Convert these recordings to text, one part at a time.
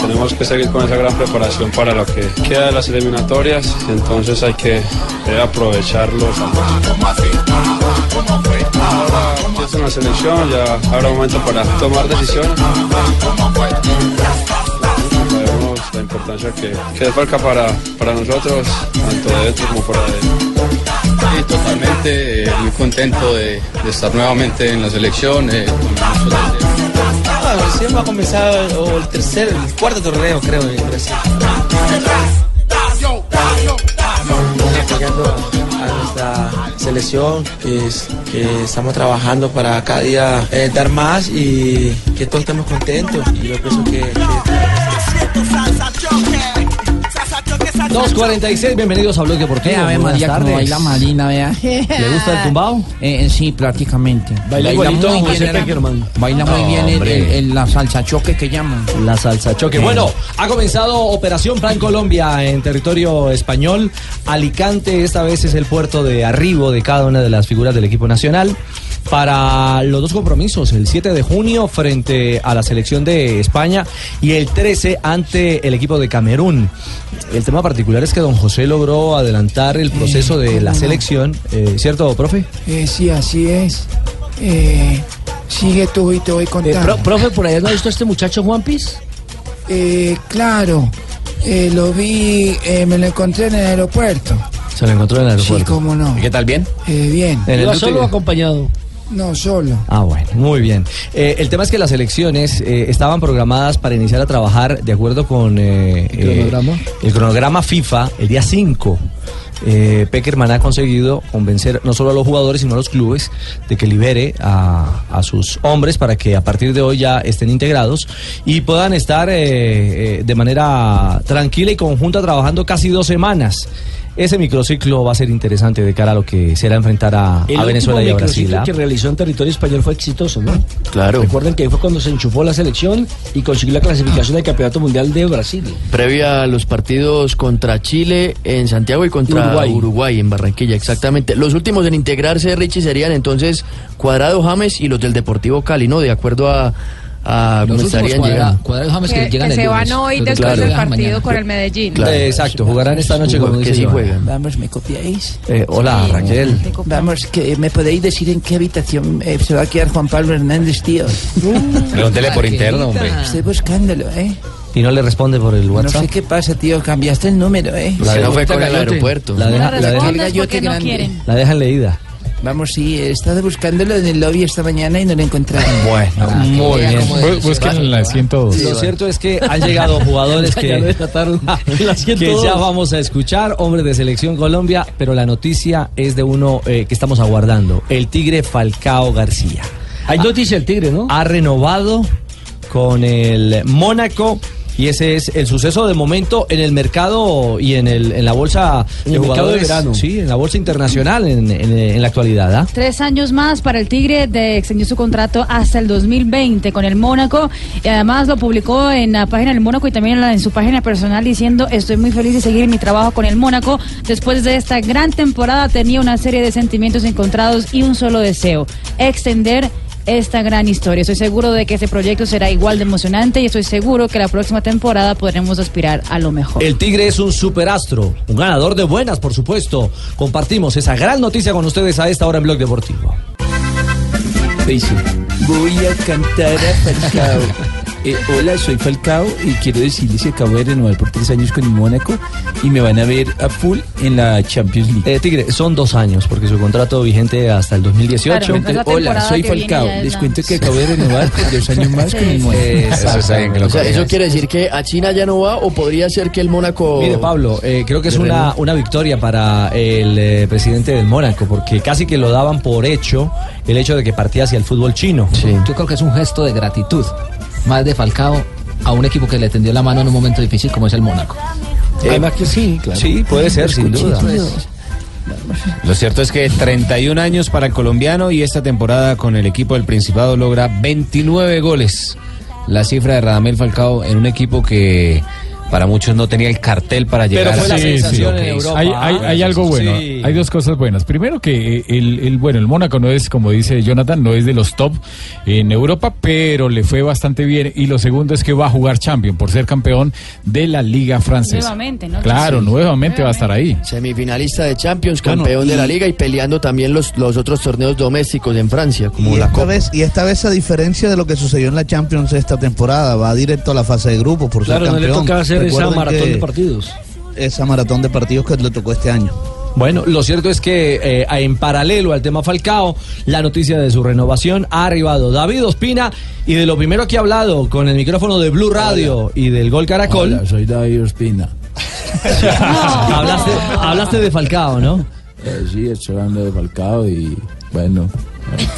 tenemos que seguir con esa gran preparación para lo que queda de las eliminatorias, entonces hay que eh, aprovecharlos. Ahora empieza en la selección, ya habrá un momento para tomar decisiones. Sabemos la importancia que, que Falca para, para nosotros, tanto dentro como fuera de Sí, totalmente, eh, muy contento de, de, estar nuevamente en la selección. Eh, Ah, recién va a comenzar el, o el tercer, el cuarto torneo, creo, en Brasil. Apoyando a, a nuestra selección, que, es, que estamos trabajando para cada día eh, dar más y que todos estemos contentos. Y yo pienso que... que... 2.46, bienvenidos a Blog Deportivo. Vea, ve, Eh, María, como baila Marina, vea. ¿Le gusta el tumbao? Eh, sí, prácticamente. Baila, baila muy bien, el, el, baila muy bien el, la salsa choque que llaman. La salsa choque. Eh. Bueno, ha comenzado Operación Plan Colombia en territorio español. Alicante, esta vez es el puerto de arribo de cada una de las figuras del equipo nacional para los dos compromisos, el 7 de junio frente a la selección de España y el 13 ante el equipo de Camerún. El tema particular es que don José logró adelantar el proceso eh, de la no? selección, eh, ¿cierto, profe? Eh, sí, así es. Eh, sigue tú y te voy contando. Pro, Eh, profe, ¿por allá no ha visto a este muchacho Juan Piz? Eh, claro, Eh, lo vi, eh, me lo encontré en el aeropuerto. ¿Se lo encontró en el aeropuerto? Sí, cómo no. ¿Y qué tal, bien? bien. ¿Iba solo o acompañado? No, solo. Ah, bueno, muy bien. Eh, el tema es que las elecciones eh, estaban programadas para iniciar a trabajar de acuerdo con eh, ¿El, cronograma? el cronograma FIFA el día 5. Eh, Peckerman ha conseguido convencer no solo a los jugadores, sino a los clubes de que libere a, a sus hombres para que a partir de hoy ya estén integrados y puedan estar eh, eh, de manera tranquila y conjunta trabajando casi dos semanas. Ese microciclo va a ser interesante de cara a lo que será enfrentar a, el a Venezuela y a Brasil. ¿ah? El que realizó en territorio español fue exitoso, ¿no? Claro. Recuerden que fue cuando se enchufó la selección y consiguió la clasificación del Campeonato Mundial de Brasil. Previa a los partidos contra Chile en Santiago y contra Uruguay. Uruguay. en Barranquilla, exactamente. Los últimos en integrarse, Richie, serían entonces Cuadrado James y los del Deportivo Cali, ¿no? De acuerdo a. a los estarían cuadra, Cuadrado James que, que, llegan que se van hoy después claro. del partido con el Medellín. Claro. Eh, exacto, jugarán esta noche como que sí juegan. Vamos, ¿me copiáis? Eh, hola, sí, Raquel. Vamos, que ¿me podéis decir en qué habitación eh, se va a quedar Juan Pablo Hernández, tío? Uh, Pregúntele por interno, hombre. Estoy buscándolo, ¿eh? y no le responde por el WhatsApp. No sé qué pasa, tío. Cambiaste el número, ¿eh? La sí, no fue con el aeropuerto. La, deja, no la, deja, la, deja, no quieren. la dejan leída. Vamos, sí, he estado buscándolo en el lobby esta mañana y no lo encontraba. Bueno, ah, muy bien. Busquen en la 102. Sí, lo bueno. cierto es que han llegado jugadores que, que ya vamos a escuchar, hombres de Selección Colombia, pero la noticia es de uno eh, que estamos aguardando, el Tigre Falcao García. Hay noticia el Tigre, ¿no? Ha renovado con el Mónaco. Y ese es el suceso de momento en el mercado y en, el, en la bolsa en el de mercado de verano. Sí, en la bolsa internacional en, en, en la actualidad. ¿ah? Tres años más para el Tigre de extendió su contrato hasta el 2020 con el Mónaco. Y además lo publicó en la página del Mónaco y también en, la, en su página personal diciendo estoy muy feliz de seguir mi trabajo con el Mónaco. Después de esta gran temporada tenía una serie de sentimientos encontrados y un solo deseo, extender esta gran historia. Estoy seguro de que este proyecto será igual de emocionante y estoy seguro que la próxima temporada podremos aspirar a lo mejor. El Tigre es un superastro, un ganador de buenas, por supuesto. Compartimos esa gran noticia con ustedes a esta hora en Blog Deportivo. Voy a cantar a Falcao. Eh, hola, soy Falcao y quiero decirles que acabo de renovar por tres años con el Mónaco y me van a ver a full en la Champions League. Eh, Tigre, son dos años porque su contrato vigente hasta el 2018. Claro, hola, soy Falcao. Les la... cuento que acabo de renovar por dos años más sí, con el Mónaco. Eh, eso, es ahí, o sea, eso, quiere decir que a China ya no va o podría ser que el Mónaco. Oh. Mire, Pablo, eh, creo que es una, una victoria para el eh, presidente del Mónaco porque casi que lo daban por hecho el hecho de que partía hacia el fútbol chino. Sí. Yo creo que es un gesto de gratitud más de Falcao a un equipo que le tendió la mano en un momento difícil como es el Mónaco. Además que sí, claro. Eh, Sí, puede ser, sin duda. Pues, Lo cierto es que 31 años para el colombiano y esta temporada con el equipo del Principado logra 29 goles. La cifra de Radamel Falcao en un equipo que para muchos no tenía el cartel para Pero llegar fue la Sí, sensación sí. en Europa. Hay, hay- hay algo bueno, Sí. hay dos cosas buenas. Primero que eh, el, el- bueno, el Mónaco no es, como dice Jonathan, no es de los top en Europa, pero le fue bastante bien. Y lo segundo es que va a jugar Champion por ser campeón de la Liga Francesa. Nuevamente, ¿no? Claro, Sí. nuevamente va a estar ahí. Semifinalista de Champions, Bueno, campeón de y- la liga y peleando también los, los otros torneos domésticos en Francia, como Y la esta, Copa. vez, y esta vez, a diferencia de lo que sucedió en la Champions esta temporada, va directo a la fase de grupos por Claro, ser no campeón. le toca hacer esa Recuerden maratón que de partidos. Esa maratón de partidos que le tocó este año. Bueno, lo cierto es que eh, en paralelo al tema Falcao, la noticia de su renovación ha arribado David Ospina y de lo primero que ha hablado con el micrófono de Blue Radio y del Gol Caracol. soy David Ospina. hablaste, hablaste de Falcao, ¿no? Eh, sí, estoy hablando de Falcao y bueno.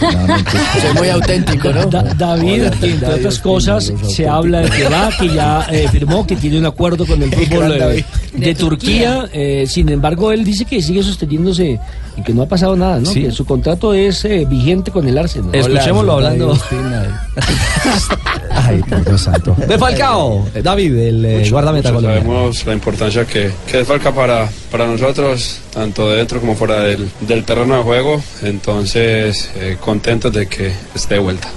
Soy muy auténtico, ¿no? David, Hola, que entre David otras Ospina, cosas los se habla de que va, que ya eh, firmó, que tiene un acuerdo con el fútbol gran eh, David. de, Turquía. eh, sin embargo, él dice que sigue sosteniéndose y que no ha pasado nada, ¿no? Sí. Que su contrato es eh, vigente con el Arsenal. Escuchémoslo hablando. Ay, por Dios santo. De Falcao, David, el eh, guardameta Muchos colombiano. Sabemos la importancia que, que es Falca para, para nosotros, tanto dentro como fuera del, del terreno de juego. Entonces, eh, contentos de que esté de vuelta.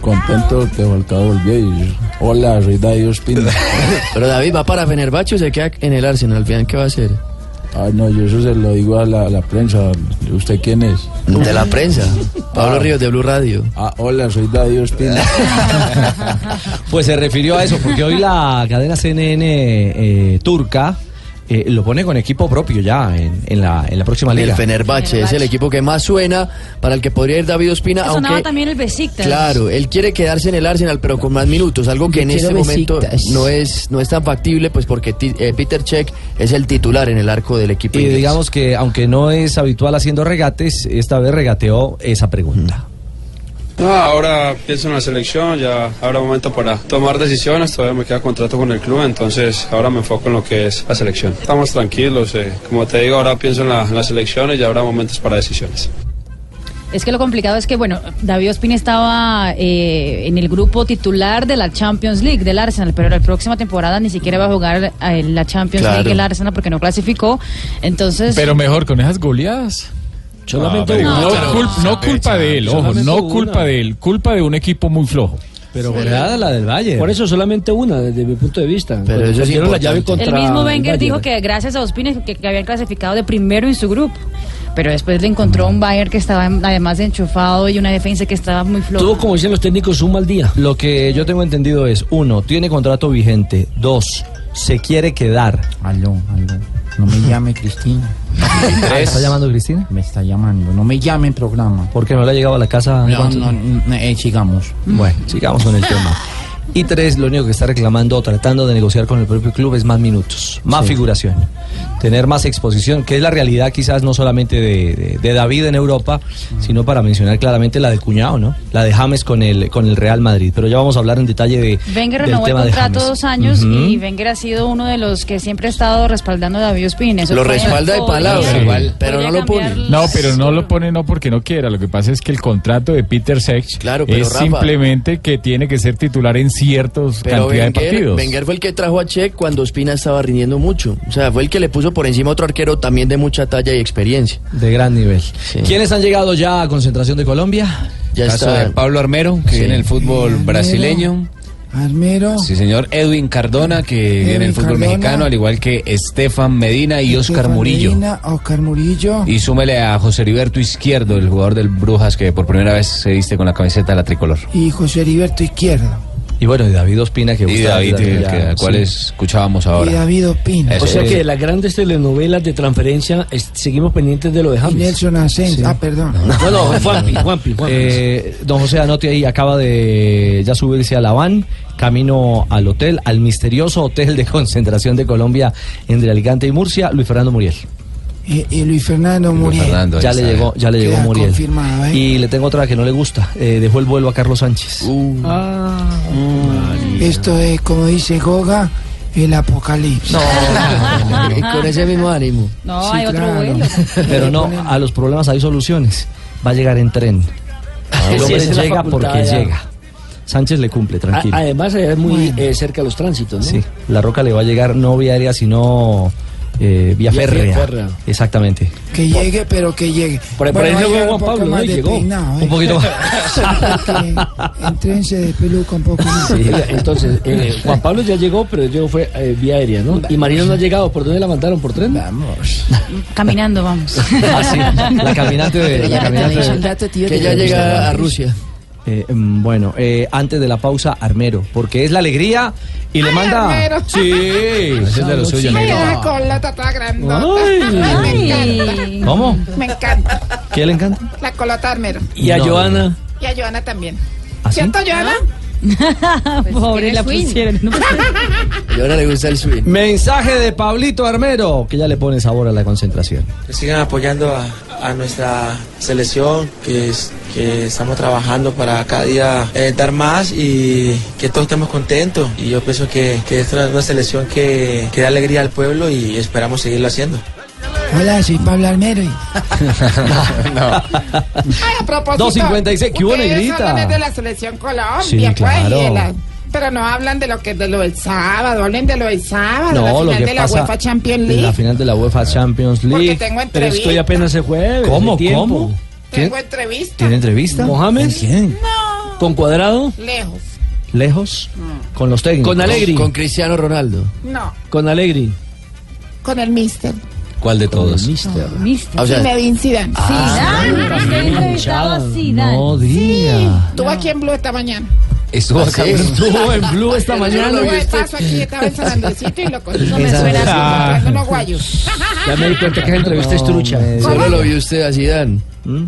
Contento que Falcao volvió y hola, soy David Ospina. Pero David va para Fenerbahce o se queda en el Arsenal, al final, ¿qué va a hacer? Ah, no, yo eso se lo digo a la, a la prensa. ¿Usted quién es? De la prensa. Pablo Ríos, de Blue Radio. Ah, hola, soy David Ospina. Pues se refirió a eso, porque hoy la cadena CNN eh, turca eh, lo pone con equipo propio ya en, en la, en la próxima liga. El Fenerbahce es el equipo que más suena, para el que podría ir David Ospina, Que Sonaba aunque... también el Besiktas. Claro, él quiere quedarse en el Arsenal, pero con más minutos, algo que Yo en quiero este momento Besiktas. no es, no es tan factible, pues porque ti- eh, Peter Cech es el titular en el arco del equipo. Y inglés. digamos que, aunque no es habitual haciendo regates, esta vez regateó esa pregunta. No, ahora pienso en la selección, ya habrá momento para tomar decisiones, todavía me queda contrato con el club, entonces ahora me enfoco en lo que es la selección. Estamos tranquilos, eh, como te digo, ahora pienso en, la- en las selecciones y habrá momentos para decisiones. Es que lo complicado es que, bueno, David Ospina estaba eh, en el grupo titular de la Champions League del Arsenal, pero la próxima temporada ni siquiera va a jugar eh, la Champions Claro. League el Arsenal porque no clasificó. Entonces. Pero mejor con esas goleadas. Solamente no, una. cul- no culpa de él, ojo, Solamente no una. culpa de él, culpa de un equipo muy flojo. Pero goleada la del Valle. Por eso solamente una, desde mi punto de vista. Pero eso es Perdieron la llave importante. contra El mismo el Wenger Bayern. dijo que gracias a Ospina que, que habían clasificado de primero en su grupo. Pero después le encontró un Bayern que estaba en- además de enchufado y una defensa que estaba muy floja. como dicen los técnicos, un mal día. Lo que yo tengo entendido es, uno, tiene contrato vigente. Dos, se quiere quedar. Aló, aló. No me llame Cristina. ¿Me está llamando Cristina? Me está llamando. No me llame en programa. Porque no le ha llegado a la casa. No, Juancho? no, no, eh, sigamos. Bueno, sigamos con el tema. Y tres, lo único que está reclamando o tratando de negociar con el propio club es más minutos, más Sí. figuración, tener más exposición, que es la realidad quizás no solamente de, de- de David en Europa, sino para mencionar claramente la de Cuñado, ¿no? La de James con el, con el Real Madrid. Pero ya vamos a hablar en detalle de... Wenger del renovó el tema de contrato James. dos años Ujú. y Wenger ha sido uno de los que siempre ha estado respaldando a David Ospina. Eso Lo fue- respalda de podría- palabra, Sí. igual, pero no podría lo pone. cambiar No, pero no lo pone no porque no quiera. Lo que pasa es que el contrato de Peter Sech pero es Rafa- simplemente que tiene que ser titular en ciertos Pero cantidad de Wenger, partidos. Wenger fue el que trajo a Che cuando Ospina estaba rindiendo mucho. O sea, fue el que le puso por encima a otro arquero también de mucha talla y experiencia. Eh. De gran nivel. ¿Quiénes han llegado ya a concentración de Colombia? Ya Caso está. de Pablo Armero, que viene el fútbol brasileño. Armero. Sí, señor. Edwin Cardona, que viene el fútbol Cardona. mexicano, al igual que Estefan Medina y Oscar Estefan Murillo. Medina, Oscar Murillo. Y súmele a José Heriberto Izquierdo, el jugador del Brujas, que por primera vez se viste con la camiseta de la tricolor. Y José Heriberto Izquierdo. Y bueno, y David Ospina, que Y gusta David, darle el ya, que- al cual sí. escuchábamos ahora. Y David Ospina. Eso O sea es. que de las grandes telenovelas de transferencia es- seguimos pendientes de lo de Y James. Nelson Asensio. Ah, perdón. No, no, Juanpi, Juanpi, Juanpi. Eh, don José Anote ahí acaba de ya subirse a la van, camino al hotel, al misterioso hotel de concentración de Colombia entre Alicante y Murcia, Luis Fernando Muriel. Eh, Y, y Luis Pues, Fernando Muriel. ya le llegó, ya le llegó Queda Muriel. confirmado, ¿eh? Uh. Y le tengo otra que no le gusta, eh, dejó el vuelo a Carlos Sánchez. Ah. Esto es, como dice Goga, el apocalipsis. No, con ese mismo ánimo. No, hay otro vuelo. Pero no, a los problemas hay soluciones. Va a llegar en tren. El Ah, sí, hombre esa es la llega facultad porque ya. Ah, llega. Sánchez le cumple, A- tranquilo. además, allá es muy eh, cerca a los tránsitos, ¿no? Sí, la roca le va a llegar no vía aérea, sino eh, vía, Vía férrea. férrea. Exactamente. Que llegue, pero que llegue. Por ahí- por ahí va a llegó llegar Juan un poco Pablo, más ¿no? Y llegó. despeinado, ¿eh? Un poquito más. Sí, porque en tren se despeluca un poco. más. Oiga, Entonces, eh, Juan Pablo ya llegó, pero él llegó fue eh, vía aérea, ¿no? Y Marina no ha llegado. ¿Por dónde la mandaron? ¿Por tren? Vamos. Caminando, vamos. Ah, sí, la caminante de. La caminante de- que ya llega a Rusia. Eh, mm, bueno, eh, antes de la pausa, Armero, porque es la alegría y le manda. Armero! Sí, es de lo suyo, Ay, negro. esa colota toda grandota. Ay. Ay, me encanta. ¿Cómo? Me encanta. ¿Qué le encanta? La colota armero. Y a No. Joana. Y a Joana también. ¿Ah, sí? ¿Cierto, Joana? Pobre, la pusieron. Y ahora le gusta el swing. Mensaje de Pablito Armero, que ya le pone sabor a la concentración. Que sigan apoyando a, a nuestra selección, que, es- que estamos trabajando para cada día eh, dar más y que todos estemos contentos. Y yo pienso que, que esta es una selección que, que da alegría al pueblo y esperamos seguirlo haciendo. Hola, soy Pablo Almero. y- Ay, a propósito. 2.56, ¿qué hubo, ustedes negrita? hablan de la selección Colombia, Sí, pues, claro. y de la- pero no hablan de lo que de lo del sábado, hablen de lo del sábado, la No, final lo que de pasa. la UEFA Champions En la League. final de la UEFA Champions League. tengo entrevista. estoy apenas el jueves. ¿Cómo? de tiempo. ¿Cómo? ¿Tiene, Tengo entrevista tiene entrevista? ¿Mohamed? ¿Con Cuadrado? lejos. ¿Lejos? ¿Con los técnicos? Con Allegri. Con Cristiano Ronaldo. No, Con Alegri. con el Mister. ¿Cuál de todos? Mister. O sea- Zinedine Zidane. Zidane, usted entrevistaba a Zidane. No diga. Estuvo aquí en Blue esta mañana. Estuvo acá. Estuvo en Blue esta mañana. Estuvo de paso aquí, estaba en San Andresito y lo cogí. No me Esa- suena así, Ah. comprando unos guayos. Ya me di cuenta que la entrevista es trucha. Solo lo vio usted a Zidane.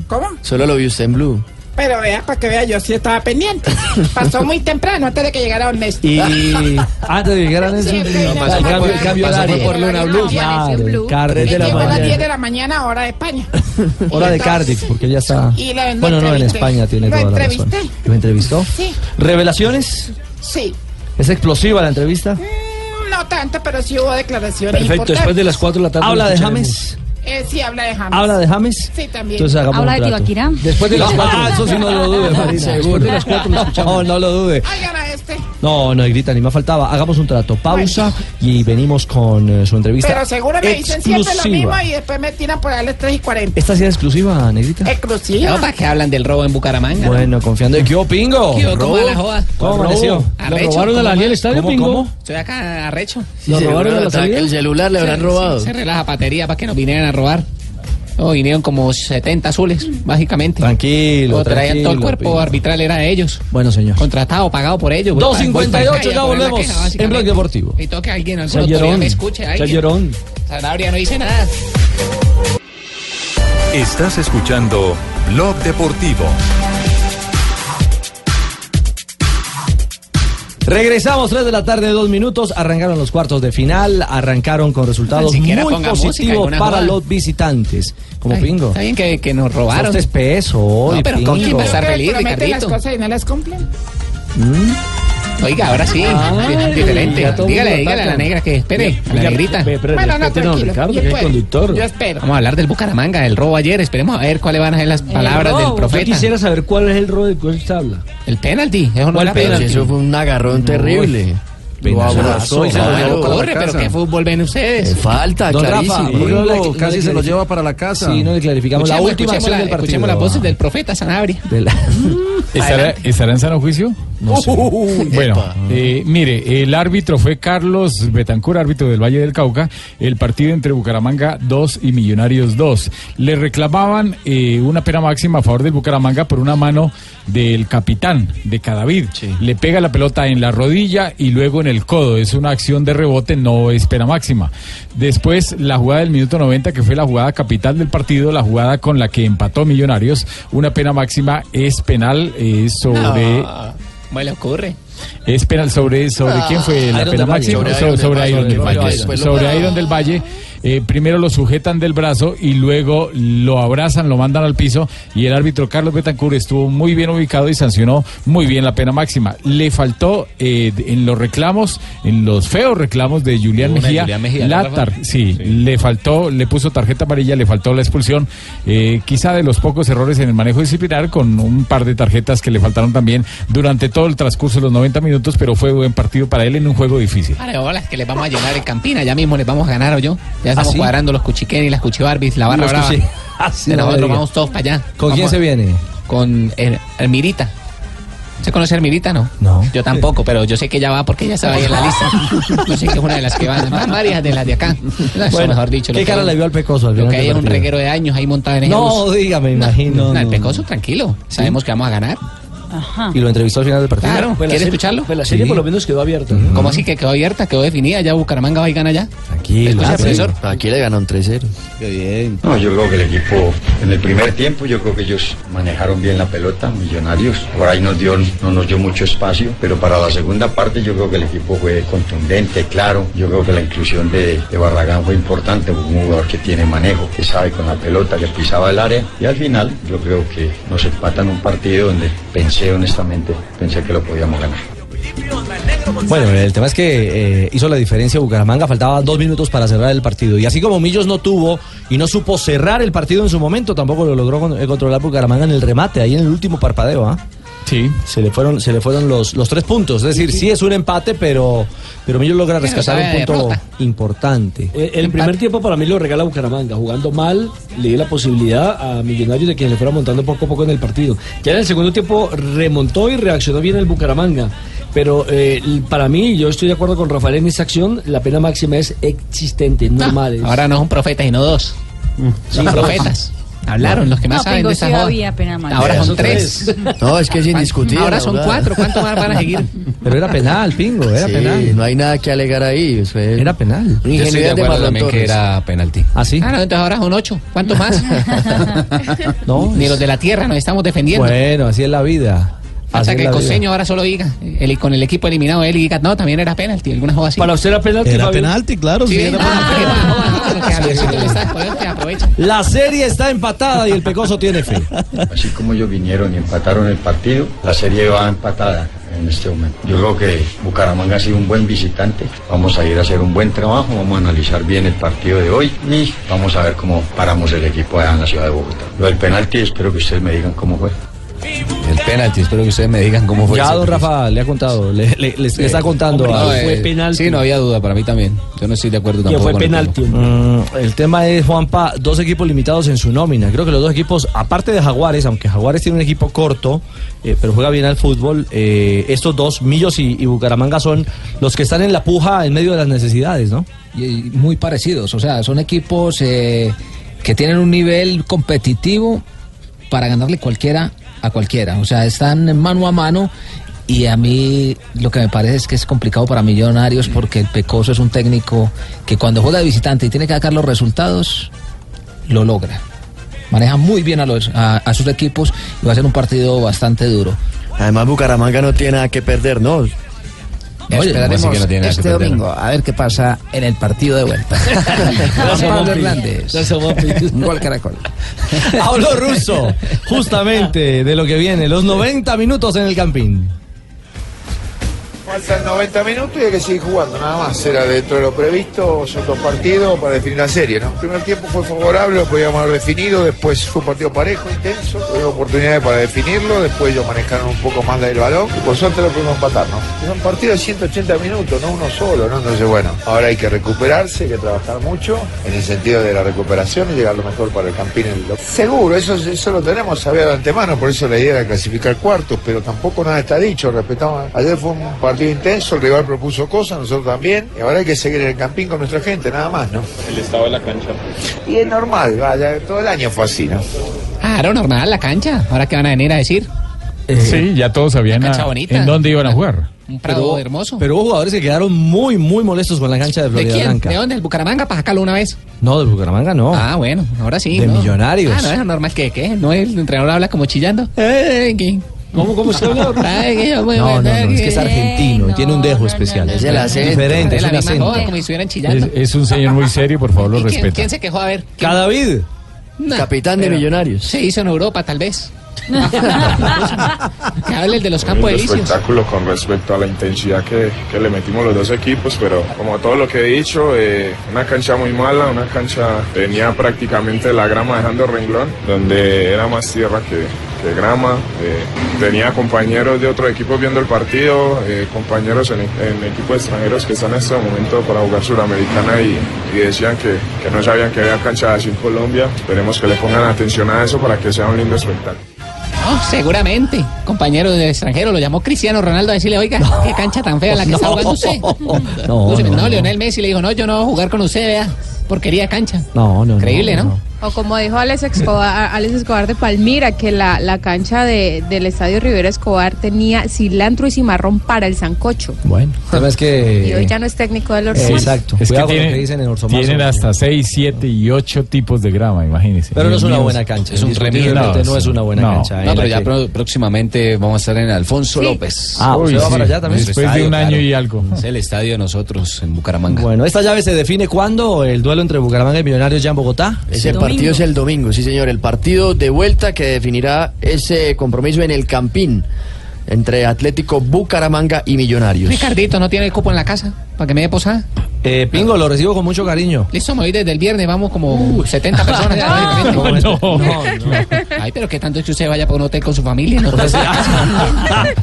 ¿Cómo? Solo lo vio usted en Blue. Pero vea, para que vea, yo sí estaba pendiente. Pasó muy temprano antes de que llegara Ernesto. Y antes de llegar a eso, Sí, sí, el pasó cambio- por- el cambio pasó horario. por Luna Blue. Claro, el Él Cardiff de la llegó a las 10 mañana. de la mañana, hora de España. Hora de Entonces, Cardiff, porque ya está. Y la- lo Bueno, no, en entrevisté. España tiene Lo toda la razón. entrevisté. ¿Lo entrevistó? Sí, ¿Revelaciones? sí. ¿Es explosiva la entrevista? No tanto, pero sí hubo declaraciones Perfecto, después de las 4 de la tarde. ¿Habla lo de escucharemos. James? Eh, sí, habla de James. ¿Habla de James? Sí, también. Entonces hagamos Habla de un trato. Tibaquirá. Después de las No, 4. ah, eso sí no lo dude, Marina. Después de las cuatro lo escuchamos. No, no lo dude. Oigan a este. No, no, grita, ni me faltaba. Hagamos un trato. Pausa y venimos con eh, su entrevista. Pero seguro me dicen siempre lo mismo y después me tiran por ahí a las 3 y 40. ¿Esta sí es exclusiva, Negrita? Exclusiva. que hablan del robo en Bucaramanga. Bueno, confiando en Kio Pingo. ¿Qué hubo? ¿Cómo va Robo. la joda? ¿Cómo Robo. amaneció? Arrecho, ¿cómo la va? del estadio, ¿Cómo, Pingo? cómo? Estoy acá arrecho. Sí, se robaron el ataque, El celular le habrán Sí, robado. sí, cerré la zapatería para que nos vinieran a robar. Oh, vinieron como 70 azules, básicamente. Tranquilo, Oh, traían todo el tranquilo, cuerpo Pingo. arbitral, era de ellos. Bueno, señor. Contratado, pagado por ellos. güey, para- voy para la 2.58, calle ya a poner la volvemos queja, en básicamente. Blog Deportivo. Y toca que alguien, alguna autoridad Chayerón. me escuche. alguien. Chayerón. Sanabria no dice nada. Estás escuchando Blog Deportivo. Regresamos 3 de la tarde, 2 minutos. Arrancaron los cuartos de final. Arrancaron con resultados Ni siquiera muy ponga música, positivos alguna para joda. los visitantes. Como Ay, Pingo. Está bien que, que nos robaron. Usted es peso hoy, No, pero Pingo. ¿con quién va a estar feliz, prometen las Ricardito? cosas y no las Pues, cumplen. Mm. Oiga, ahora sí. Ah, Ay, diferente. ya todo el Dígale, dígale mundo a la ataca. negra que espere. A la Oiga, negrita. ve, pero Bueno, no, respeten a don tranquilo. Ricardo, yo que es el puedo. conductor. Yo espero. Vamos a hablar del Bucaramanga, del robo ayer. Esperemos a ver cuáles van a ser las palabras del Oh. Yo profeta. quisiera saber cuál es el rol del cual usted habla. El penalti. Eso no ¿Cuál era Pero si penalti. eso fue un agarrón terrible. Lo Penazo. abrazó. Se lo claro. llevó Corre, pero qué fútbol ven Eh, ustedes. Falta, Don Rafa, clarísimo. ¿por qué no le- no le clarifica- para la casa. Sí, no le clarificamos. La Escuchemos, última escuchemos acción la- del partido. escuchemos las voces del profeta Sanabria. De la- ¿Estará, estará en sano juicio? No sé. bueno, eh, mire, el árbitro fue Carlos Betancur, árbitro del Valle del Cauca, el partido entre Bucaramanga 2 y Millonarios 2. Le reclamaban eh, una pena máxima a favor del Bucaramanga por una mano del capitán, de Cadavid. Le pega la pelota en la rodilla y luego en el codo. Es una acción de rebote, no es pena máxima. Después, la jugada del minuto 90, que fue la jugada capital del partido, la jugada con la que empató Millonarios, una pena máxima es penal eh, sobre... No, ¿Cómo le ocurre? Es penal sobre, sobre quién fue la pena Iron del Valle. máxima. Sobre So- Iron Sobre del Iron del Valle. Valle. Sobre Sobre Iron del Valle. eh, primero lo sujetan del brazo y luego lo abrazan, lo mandan al piso y el árbitro Carlos Betancur estuvo muy bien ubicado y sancionó muy bien la pena máxima. Le faltó eh, en los reclamos, en los feos reclamos de Julián Una de Mejía, Julián Mejía, la ¿no, tar- Rafa? sí, le faltó, le puso tarjeta amarilla, le faltó la expulsión, eh, quizá de los pocos errores en el manejo disciplinar, con un par de tarjetas que le faltaron también durante todo el transcurso de los 90 minutos, pero fue buen partido para él en un juego difícil. Pare bolas, que les vamos a llenar el Campina, ya mismo les vamos a ganar o yo. Ya estamos ¿Ah, sí? cuadrando los cuchiquén y las cuchibarbis, la barra Los brava. cuchi- De no me nosotros diga. vamos todos para allá. ¿Con quién Vamos- se viene? Con Her- Hermirita. ¿Se conoce Hermirita, no? No. Yo tampoco, pero yo sé que ella va porque ella estaba ahí en la lista. Yo sé que es una de las que van. Van varias de las de acá. Eso, Bueno, mejor dicho. ¿Qué cara le vio al Pecoso al Lo final que hay del es un partido? reguero de años ahí montado en No, dígame, imagino. No, el no, pecoso, tranquilo. Sabemos que vamos a ganar. Ajá. Y lo entrevistó al final del partido. Claro, Fue la ¿quiere serie- escucharlo? fue la serie, por lo menos quedó abierta. ¿Cómo así que quedó abierta? Quedó definida, ya Bucaramanga va y gana ya. Tranquilo, Escucha, profesor. Aquí le ganaron 3-0. eh? Qué bien. No, yo creo que el equipo en el primer tiempo, yo creo que ellos manejaron bien la pelota, millonarios. Por ahí nos dio, no nos dio mucho espacio, pero para la segunda parte yo creo que el equipo fue contundente, claro. Yo creo que la inclusión de, de Barragán fue importante, porque un jugador que tiene manejo, que sabe con la pelota, que pisaba el área. Y al final yo creo que nos empatan un partido donde pensé honestamente, pensé que lo podíamos ganar. Bueno, el tema es que eh, hizo la diferencia Bucaramanga, faltaban dos minutos para cerrar el partido. Y así como Millos no tuvo y no supo cerrar el partido en su momento, tampoco lo logró con- eh, controlar Bucaramanga en el remate, ahí en el último parpadeo, ¿ah? Sí. Se le fueron, se le fueron los, los tres puntos. Es decir, sí es un empate, pero, pero Millos logra Pero rescatar sabe un de punto derrota. importante. El, Eh, el primer tiempo para mí lo regala Bucaramanga. Jugando mal, le dio la posibilidad a Millonarios de que le fuera montando poco a poco en el partido. Ya en el segundo tiempo remontó y reaccionó bien el Bucaramanga. Pero eh, l- para mí, yo estoy de acuerdo con Rafael en esa acción, la pena máxima es existente, no mal. Ah. Ahora no es un profeta, sino dos. Mm. Son profetas. Hablaron los que más No, saben pero de sí esa joda. había pena máxima. Ahora son Son tres. No, es que es indiscutible. Ahora son cuatro. ¿Cuánto más van a seguir? Pero era penal, pingo, era Sí, penal. No hay nada que alegar ahí. Era penal. Yo estoy de acuerdo también que era penalti. ¿Ah, sí? Ah, no, entonces ahora son ocho. ¿Cuánto más? No, Ni los de la tierra nos estamos defendiendo. Bueno, así es la vida. Así Hasta es que la el vida. coseño ahora solo diga, el, con el equipo eliminado él y diga, no, también era penalti, alguna joda así. Para usted era penalti. Era penalti, claro, sí, era La serie está empatada y el Pecoso tiene fe. Así como ellos vinieron y empataron el partido, la serie va empatada en este momento. Yo creo que Bucaramanga ha sido un buen visitante. Vamos a ir a hacer un buen trabajo, vamos a analizar bien el partido de hoy y vamos a ver cómo paramos el equipo allá en la ciudad de Bogotá. Lo del penalti, espero que ustedes me digan cómo fue. El penalti, espero que ustedes me digan cómo fue. Ya ese don penalti. Rafa le ha contado, le, le- le- le está contando. Ah, a- No, eh, Sí, no había duda para mí también. Yo no estoy de acuerdo tampoco. con el Mm, el tema es, Juanpa, dos equipos limitados en su nómina. Creo que los dos equipos, aparte de Jaguares, aunque Jaguares tiene un equipo corto, eh, pero juega bien al fútbol, eh, estos dos, Millos y, y Bucaramanga, son los que están en la puja en medio de las necesidades, ¿no? y- y muy parecidos. O sea, son equipos eh, que tienen un nivel competitivo para ganarle cualquiera a cualquiera. O sea, están mano a mano. Y a mí lo que me parece es que es complicado para Millonarios porque el Pecoso es un técnico que cuando juega de visitante y tiene que sacar los resultados, lo logra. Maneja muy bien a, los, a, a sus equipos y va a ser un partido bastante duro. Además, Bucaramanga no tiene nada que perder, ¿no? Esperaremos ¿cómo así que no tiene nada que este perder? domingo a ver qué pasa en el partido de vuelta. Gracias, Pablo Hernández. Un gol caracol. Habló Russo, justamente de lo que viene, los 90 minutos en el Campín. Faltan 90 minutos y hay que seguir jugando, nada más. Era dentro de lo previsto, son dos partidos para definir la serie, ¿no? El primer tiempo fue favorable, lo podíamos haber definido, después fue un partido parejo, intenso, tuvimos oportunidades para definirlo, después ellos manejaron un poco más del balón y por suerte lo pudimos empatar, ¿no? Es un partido de 180 minutos, no uno solo, ¿no? Entonces, bueno, ahora hay que recuperarse, hay que trabajar mucho en el sentido de la recuperación y llegar lo mejor para el campín. en el- Seguro, eso, eso lo tenemos sabía de antemano, por eso la idea era clasificar cuartos, pero tampoco nada está dicho, respetamos. Ayer fue un partido intenso, el rival propuso cosas, nosotros también, y ahora hay que seguir en el campín con nuestra gente, nada más, ¿no? El estado de la cancha. Y es normal, vaya, todo el año fue así, ¿no? Claro, normal, la cancha. Ahora que van a venir a decir. Sí, ya todos sabían cancha a- bonita. en dónde iban a jugar. Un prado hermoso. Pero hubo jugadores que quedaron muy, muy molestos con la cancha de ¿De Florida quién? Blanca. ¿De dónde? ¿El Bucaramanga? Para sacarlo una vez. No, del Bucaramanga no. Ah, bueno, ahora sí. De ¿no? Millonarios. Ah, no, es normal que, ¿qué? ¿No el entrenador habla como chillando? Eh, ¿qué? ¿Cómo, cómo se habla? No, no, no, es que es argentino y tiene un dejo especial. no. Es el acento. Diferente, es Es un la misma acento. Joda, como si estuvieran chillando. Es, es un señor muy serio, por favor, lo ¿Y quién, respeta. quién se quejó a ver? ¿Quién? Cadavid. Nah, Capitán de pero Millonarios. Se hizo en Europa, tal vez. que hable el de los Campos el Elíseos. espectáculo con respecto a la intensidad que, que le metimos los dos equipos, pero como todo lo que he dicho, eh, una cancha muy mala, una cancha tenía prácticamente la grama dejando renglón, donde era más tierra que, que grama, eh, tenía compañeros de otros equipos viendo el partido, eh, compañeros en, en equipos extranjeros que están en este momento para jugar Suramericana y, y decían que, que no sabían que había cancha así en Colombia, esperemos que le pongan atención a eso para que sea un lindo espectáculo. No, seguramente. Compañero de extranjero lo llamó Cristiano Ronaldo a decirle, oiga, qué cancha tan fea la que está jugando usted. No, Entonces, no, no, no. Lionel Messi le dijo, no, yo no voy a jugar con usted, vea. Porquería de cancha. No, no. Increíble, ¿no? O como dijo Alex Escobar, Alex Escobar de Palmira, que la, la cancha de- del Estadio Rivera Escobar tenía cilantro y cimarrón para el sancocho. Bueno, es eh, Y hoy que... ya no es técnico del Orson. Exacto. Es que Cuidado con lo tienen, que dicen en Orsomazo. tienen hasta 6, 7 y 8 tipos de grama, imagínense. Pero no es Dios una mío, buena cancha. Es un remedio. Indiscutiblemente no es una buena cancha, eh, No, en pero la ya que- pro- próximamente vamos a estar en Alfonso López. Ah, ¿usted va para allá también? Es el Después de un año claro. y algo. Es el estadio de nosotros en Bucaramanga. Bueno, esta llave se define cuándo el duelo entre Bucaramanga y Millonarios ya en Bogotá. Ese partido es el domingo, sí señor, el partido de vuelta que definirá ese compromiso en el Campín entre Atlético Bucaramanga y Millonarios. Ricardito, ¿no tiene el cupo en la casa? ¿Para que me dé posada? Eh, Pingo, lo recibo con mucho cariño. Listo, me voy desde el viernes, vamos como 70 personas. este, prácticamente. Ay, pero qué tanto es que usted vaya para un hotel con su familia, ¿no?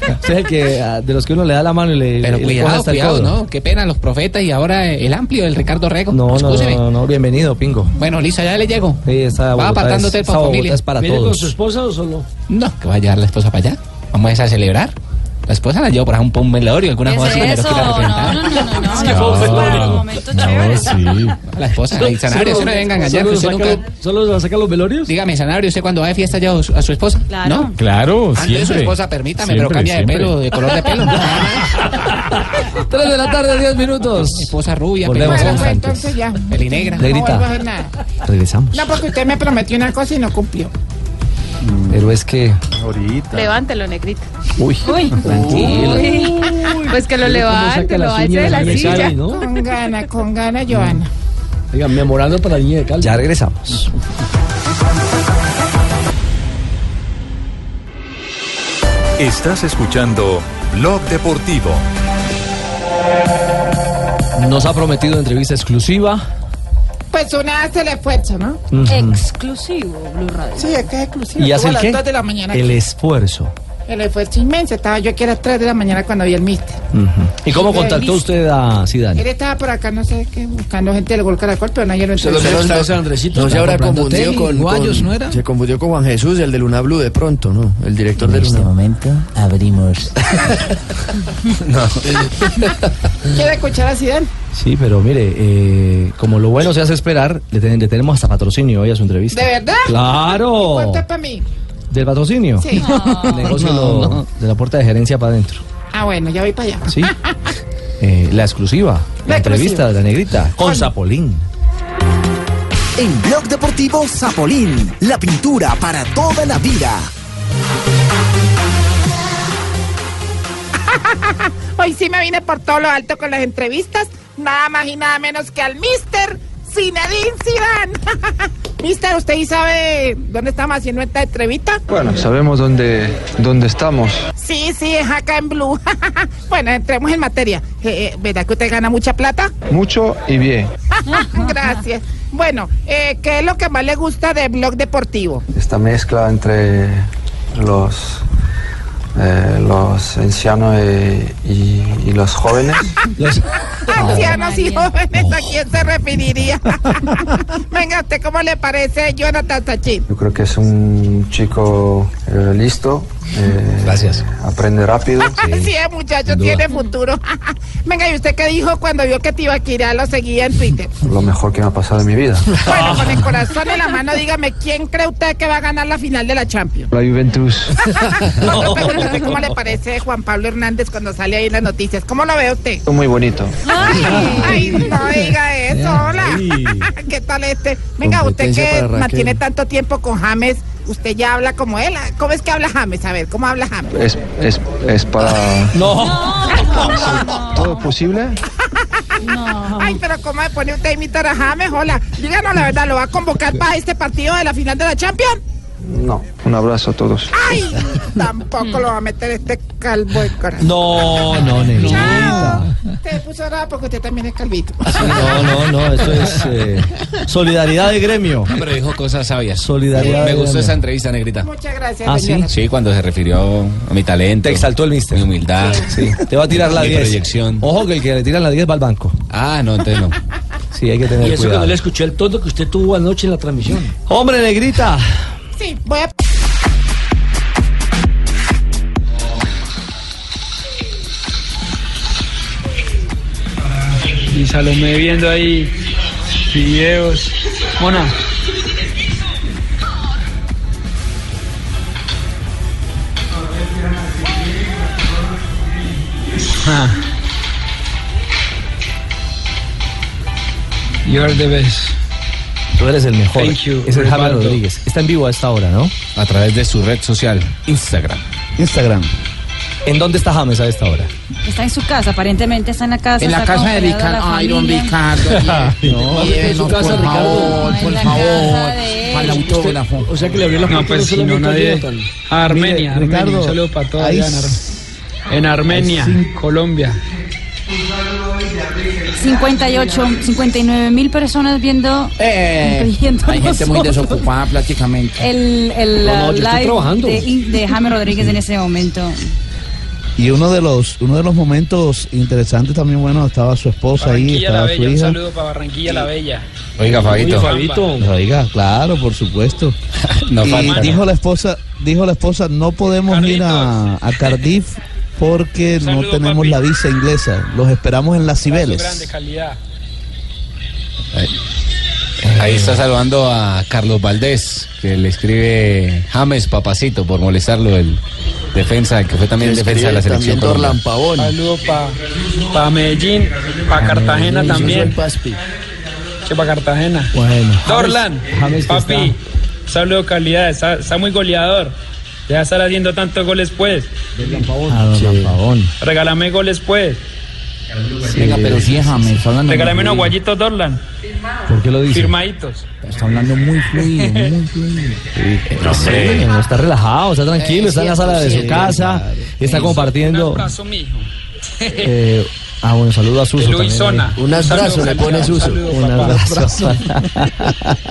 Usted es el que, ah, de los que uno le da la mano y le, Pero y le coge cuidado, hasta el cuidado, codo. ¿no? Qué pena los profetas y ahora el amplio, el Ricardo Rego. No, no, Excúseme. no, no, no, bienvenido, Pingo. Bueno, Lisa, ya le llego. Sí, esa Va Bogotá apartando es- hotel para esa Bogotá familia. es para ¿Viene con todos. su esposa o solo? No, que va a llevar la esposa para allá. Vamos a celebrar. La esposa la llevo por allá un pum velorio, alguna ¿Qué cosa es así, pero eso? que la No, representar. no, no, no, no. Es que fue un velorio. chévere. A La esposa, Solo- y Sanario, solo- usted no venga a engañar. solo usted saca nunca... ¿Solo va a sacar los velorios? Dígame, Sanario, ¿usted cuando va de fiesta lleva a su- a su esposa? Claro. ¿No? Claro, Antes siempre. de su esposa, permítame, pero Siempre, cambia siempre. de pelo, de color de pelo. 3 de la tarde, 10 minutos. Esposa rubia, Volvemos pelirroja, en un instante. Entonces ya. pelinegra. Negrita. No vuelvo a hacer nada. Regresamos. No, porque usted me prometió una cosa y no cumplió. Pero es que. Levántelo, negrito. Uy. Uy. Pues que lo levante, lo alce de la silla. Con gana, con gana, Joana. Diga, memorando para la niña de Cali. Ya regresamos. Estás escuchando Blog Deportivo. Nos ha prometido entrevista exclusiva. Pues una hace el esfuerzo, ¿no? Ujú. Exclusivo, Blue Radio. Sí, es que es exclusivo. ¿Y hace Estuvo el a qué? las 2 de la mañana. El e- aquí. esfuerzo. El esfuerzo inmenso. Estaba yo aquí a las 3 de la mañana cuando vi el mister. ¿Y cómo contactó usted a Zidane? Él estaba por acá, no sé qué, buscando gente del Gol Caracol, pero nadie lo Se los- entendió. se los- no se habrá confundido con, guayos, con- ¿no era? se confundió con Juan Jesús, el de Luna Blue de pronto, ¿no? El director de Luna. este momento abrimos. No. ¿Quiere escuchar a Zidane? Sí, pero mire, eh, como lo bueno se hace esperar, le, ten- le tenemos hasta patrocinio hoy a su entrevista. ¿De verdad? ¿Y ¡Claro! ¿Cuánto es para mí? ¿Del patrocinio? Sí. Negocio de la puerta de gerencia para adentro. Ah, bueno, ya voy para allá. Sí. Eh, la exclusiva, la, La exclusiva. entrevista de la negrita con Zapolín. En Blog Deportivo Zapolín, la pintura para toda la vida. Hoy sí me vine por todo lo alto con las entrevistas, nada más y nada menos que al Mister Zinedine Zidane. Mister, ¿usted sí sabe dónde estamos haciendo esta entrevista? Bueno, sabemos dónde, dónde estamos. Sí, sí, es acá en Blue. bueno, entremos en materia. Eh, eh, ¿Verdad que usted gana mucha plata? Mucho y bien. Gracias. Bueno, eh, ¿qué es lo que más le gusta de Blog Deportivo? Esta mezcla entre los, eh, los ancianos y, y- y los jóvenes. Ancianos y jóvenes, ¿a quién se referiría? Venga, ¿usted cómo le parece Jonathan Sachin? Yo creo que es un chico eh, listo. Gracias. Aprende rápido. Sí, el muchacho sin duda. tiene futuro. Venga, ¿y usted qué dijo cuando vio que Tibaquirá lo seguía en Twitter? Lo mejor que me ha pasado en mi vida. Bueno, con el corazón en la mano, dígame, ¿quién cree usted que va a ganar la final de la Champions? La Juventus. Otra pregunta, ¿usted ¿Cómo le parece Juan Pablo Hernández cuando sale ahí en las noticias? ¿Cómo lo ve usted? Muy bonito. Ay, ay, no diga eso, hola. ¿Qué tal este? Venga, usted Competencia que para Raquel. mantiene tanto tiempo con James, usted ya habla como él. ¿Cómo es que habla James? A ver, ¿cómo habla James? Es, es, es para... No. ¿Todo posible? Ay, pero ¿cómo me pone usted a imitar a James? Hola, díganos la verdad, ¿lo va a convocar para este partido de la final de la Champions? No. Un abrazo a todos. Ay, tampoco lo va a meter este calvo de corazón. No, no, Negrita. Chao. Te puso nada porque usted también es calvito. No, no, no, eso es eh, solidaridad de gremio. Pero dijo cosas sabias. Solidaridad. Me gustó de- esa entrevista, Negrita. Muchas gracias, Ah, sí. señora. Sí, cuando se refirió a mi talento. Te exaltó el mister. Mi humildad. Sí. Te va a tirar la Mi 10. proyección. Ojo que el que le tira la 10 va al banco. Ah, no, entonces no. Sí, hay que Y tener eso que no cuidado. le escuché el tono que usted tuvo anoche en la transmisión. Hombre, Negrita. Sí, voy a... Y Salomé viendo ahí videos. Mona. Ah. You are the best. Tú eres el mejor. Thank you, es el James Rivaldo. Rodríguez. Está en vivo a esta hora, ¿no? A través de su red social, Instagram. Instagram. ¿En dónde está James a esta hora? Está en su casa, aparentemente está en la casa. En la está casa de congregado Ricardo. la Ay, don familia. No, en su casa, Ricardo. Por favor, para autógrafo. O sea que le abrió la No, puerta pues si no, solamente a nadie. Jonathan. A Armenia, Mire, Armenia. Ricardo, Un saludo para todos hay allá en, Ar- en Armenia, Colombia. 58, 59 mil personas viendo. incluyendo hay gente muy nosotros, desocupada prácticamente. El, el No, no, yo uh, estoy live trabajando. de, In- de James Rodríguez en ese momento. Y uno de los uno de los momentos interesantes también, bueno, estaba su esposa ahí, Barranquilla la estaba su Bella, un hija. saludo para Barranquilla la Bella. Oiga, Fabito. Oiga, claro, por supuesto. No y falta, ¿no? dijo la esposa, dijo la esposa, no podemos ir a, a Cardiff porque no tenemos la visa inglesa. Los esperamos en las Cibeles. Grande calidad. Ahí está saludando a Carlos Valdés, que le escribe James Papacito por molestarlo el defensa, que fue también Que defensa de la escribe selección. también Dorlan Pavón. Saludo para Medellín, para Cartagena Medellín, también. Que para Cartagena. Bueno. Dorlan, papi, saludo calidad, está, está muy goleador. Deja de estar haciendo tantos goles pues. Ah, Regálame goles pues. Venga, pero sí, James, está hablando Regálame muy unos fluido. guayitos, Dorlan. ¿Por qué lo dice? Firmaditos. Está hablando muy fluido, muy fluido. Sí, no, está relajado, está tranquilo, Eh, está en la cierto, sala de su sí, casa, está compartiendo. Abrazo, mijo. eh, ah, bueno, saludo a Suso. De también, Luisona. ahí. Un abrazo le pone Suso. Un abrazo.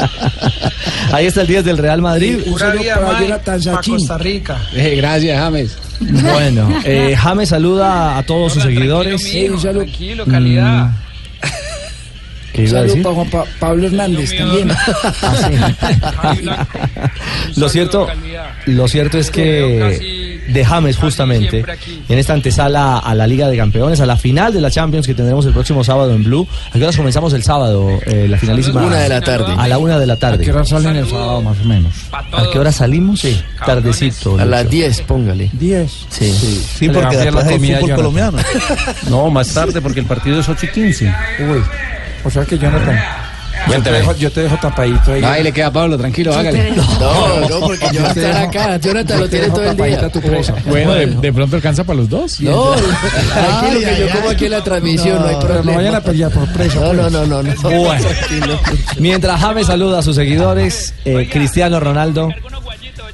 ahí está el 10 del Real Madrid. Un saludo para Jonathan Costa Rica. Eh, gracias, James. Bueno, eh, James saluda a todos sus seguidores. Mm. Tranquilo, calidad. ¿Qué iba a Saludos decir? para Juan Pa- Pablo Hernández también. Ah, Lo cierto, lo cierto es que de James justamente en esta antesala a la Liga de Campeones, a la final de la Champions que tendremos el próximo sábado en Blue. ¿A qué horas comenzamos el sábado? eh, la finalísima. Una de la tarde. A la una de la tarde. ¿A qué hora salen el sábado más o menos? ¿A qué hora salimos? Sí, tardecito. A las 10, póngale. 10. Sí. Sí, Se le va a enfriar la comida a Jonathan. No, más tarde, porque el partido es 8 y 15. Uy. O sea que Jonathan. Yo te, Cuénteme. dejo, yo te dejo tapadito ahí. Ahí le queda a Pablo, tranquilo, hágale. No, no, porque yo voy a estar acá. Jonathan lo tiene todo el día. Bueno, de, de pronto alcanza para los dos. No, tranquilo que yo como aquí en la transmisión, no, hay problema. No vayan a pues pelear por preso. No, no, no, no. no. Bueno. Mientras James saluda a sus seguidores, eh, Cristiano Ronaldo.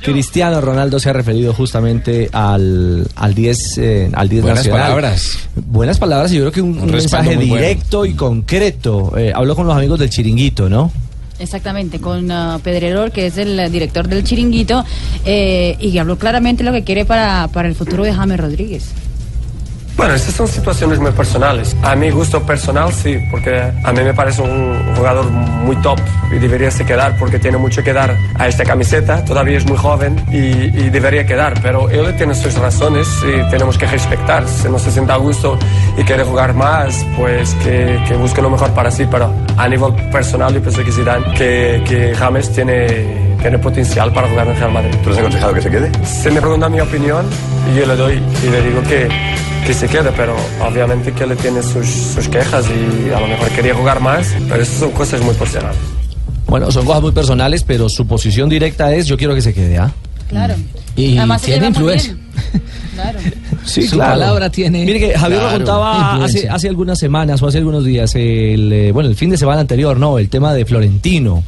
Cristiano Ronaldo se ha referido justamente al, al 10 eh, al 10 Buenas nacional. palabras. Buenas palabras y yo creo que un, un respaldo mensaje muy bueno. directo y concreto. Eh, habló con los amigos del Chiringuito, ¿no? Exactamente, con ah, Pedrerol, que es el eh, director del Chiringuito, eh, y habló claramente lo que quiere para, para el futuro de James Rodríguez. Bueno, estas son situaciones muy personales. A mi gusto personal, sí, porque a mí me parece un jugador muy top y debería se quedar porque tiene mucho que dar a esta camiseta. Todavía es muy joven y, y debería quedar, pero él tiene sus razones y tenemos que respetar. Si no se sienta a gusto y quiere jugar más, pues que, que busque lo mejor para sí. Pero a nivel personal, yo pienso que Zidane, que, que James tiene, tiene potencial para jugar en Real Madrid. ¿Tú has aconsejado que se quede? Se me pregunta mi opinión y yo le doy y le digo que, que se quede, pero obviamente que él tiene sus, sus quejas y a lo mejor quería jugar más, pero eso son cosas muy personales. Bueno, son cosas muy personales, pero su posición directa es yo quiero que se quede, ¿ah? Claro. Y Además, se tiene lleva muy influencia. bien. Claro. Sí, Su palabra tiene- Mire que Javier Claro, lo contaba hace, influencia. hace algunas semanas o hace algunos días, el, eh, bueno, el fin de semana anterior, ¿no? El tema de Florentino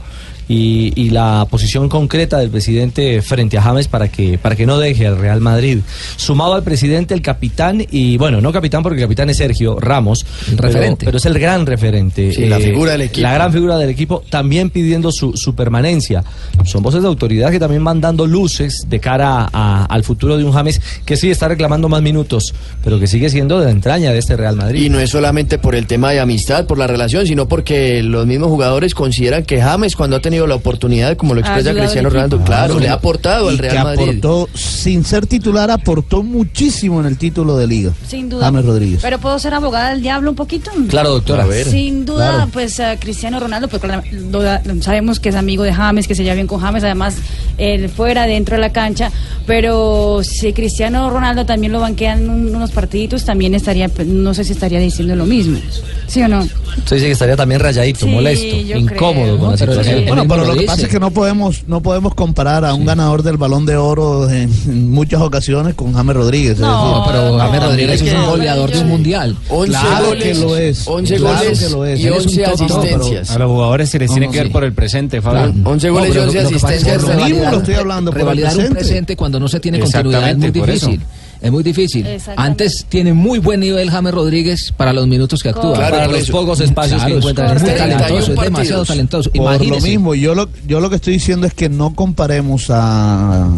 y, y la posición concreta del presidente frente a James para que, para que no deje al Real Madrid. Sumado al presidente, el capitán, y bueno, no capitán porque el capitán es Sergio Ramos, pero- referente. Pero, es el gran referente. eh, Sí, la figura del equipo. La gran figura del equipo también pidiendo su, su permanencia. Son voces de autoridad que también van dando luces de cara a- al futuro de un James que sí está reclamando más minutos, pero que sigue siendo de la entraña de este Real Madrid. Y no es solamente por el tema de amistad, por la relación, sino porque los mismos jugadores consideran que James, cuando ha tenido la oportunidad, como lo expresa ayudado al Cristiano equipo. Ronaldo, claro, le ha aportado al Y Real que Madrid. aportó, sin ser titular, aportó muchísimo en el título de liga. Sin duda. James Rodríguez. Pero puedo ser abogada del diablo un poquito. Claro, doctora. A ver. Sin duda, Claro. pues eh, Cristiano Ronaldo, pues claro, lo da- sabemos que es amigo de James, que se lleva bien con James, además él fuera, dentro de la cancha. Pero si Cristiano Ronaldo también lo banquean un- unos partiditos, también estaría, pues, no sé si estaría diciendo lo mismo. ¿Sí o no? Usted dice que estaría también rayadito, Sí, molesto, yo incómodo creo. con la No, pero situación. sí, Bueno, pero lo que pasa es que no podemos, no podemos comparar a un ganador del balón de oro en, en muchas ocasiones con James Rodríguez. No, pero James Rodríguez es un goleador de un mundial. claro que lo es. 11 claro goles que lo es. y Él es un 11 top top. asistencias. A los jugadores se les No, tiene no, que ver sí. por el presente, Fabio. Claro. 11 No, goles y pero 11 lo que pasa es que asistencias. revalidar- Revalidar Revalidar un presente cuando no se tiene continuidad es muy Exactamente, por difícil. Es muy difícil. Exactamente. Antes tiene muy buen nivel James Rodríguez para los minutos que actúa. Claro, para por los eso. pocos espacios Claro, que encuentra. este Es muy correcto. talentoso, es 31 demasiado partidos. talentoso. Por Imagínese. lo mismo, yo lo, yo lo que estoy diciendo es que no comparemos a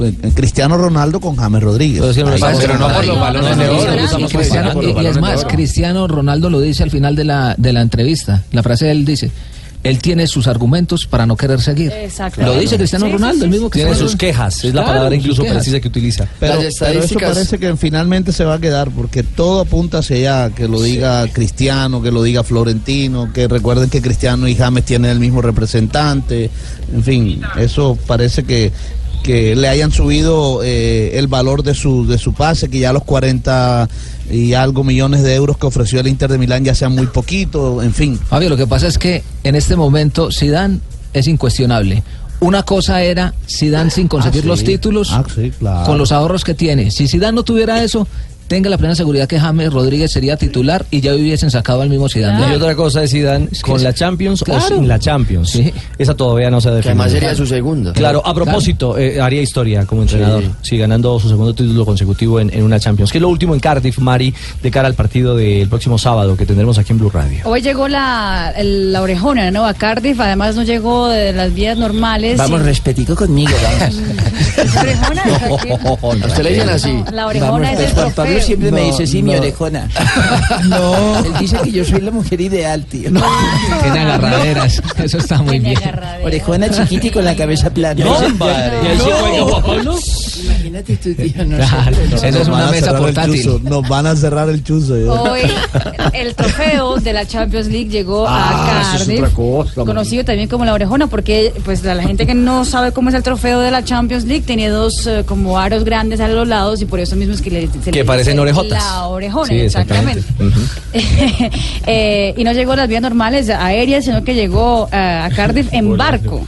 eh, Cristiano Ronaldo con James Rodríguez. Ahí Pero no por los balones de oro. Y Cristiano- comparando por los y- y es balones de más, oro. Cristiano Ronaldo lo dice al final de la, de la entrevista. La frase de él dice, él tiene sus argumentos para no querer seguir. Exacto. Lo dice Cristiano Sí, sí, Ronaldo, sí, el mismo que Tiene fue- sus quejas, es la Claro, palabra sus incluso quejas. precisa que utiliza. Pero, pero eso parece que finalmente se va a quedar, porque todo apunta hacia allá, que lo diga Cristiano, que lo diga Florentino, que recuerden que Cristiano y James tienen el mismo representante, en fin, eso parece que, que le hayan subido eh, el valor de su, de su pase, que ya los 40 y algo millones de euros que ofreció el Inter de Milán ya sean muy poquito, en fin. Fabio, lo que pasa es que en este momento Zidane es incuestionable. Una cosa era Zidane sin conseguir sí. los títulos Ah, sí, claro. con los ahorros que tiene. Si Zidane no tuviera eso, tenga la plena seguridad que James Rodríguez sería titular y ya hubiesen sacado al mismo Zidane. Y otra cosa es Zidane con la Champions o Claro. sin la Champions. Esa todavía no se ha Que definido. además sería su segunda. Claro, a Claro. propósito, eh, haría historia como entrenador. Sí. ganando su segundo título consecutivo en, en una Champions. Que es lo último en Cardiff, Mari, de cara al partido del próximo sábado que tendremos aquí en Blue Radio. Hoy llegó la, el- la orejona, ¿no? A Cardiff, además no llegó de las vías normales. Vamos, y- respetico conmigo, vamos. ¿A usted le dicen así? pues, La orejona es el Juan Pablo trofeo. siempre me No, dice, sí, mi no. orejona. No. Él dice que yo soy la mujer ideal, tío. Tiene agarraderas. Eso está muy bien. Orejona chiquita y con la cabeza plana. No, padre. ¿Y ahí sí juega Juan Pablo? Imagínate tú, tío. No Claro, sé. eso es Nos van una a mesa cerrar el portátil. chuzo, nos van a cerrar el chuzo. yo. Hoy el trofeo de la Champions League llegó Ah, a eso es Cardiff, otra cosa, man. conocido también como la orejona, porque pues la, la gente que no sabe cómo es el trofeo de la Champions League tiene dos eh, como aros grandes a los lados y por eso mismo es que le, se le Que parecen dice orejotas. La orejona, Sí, exactamente. Eh, y no llegó a las vías normales aéreas, sino que llegó eh, a Cardiff en barco.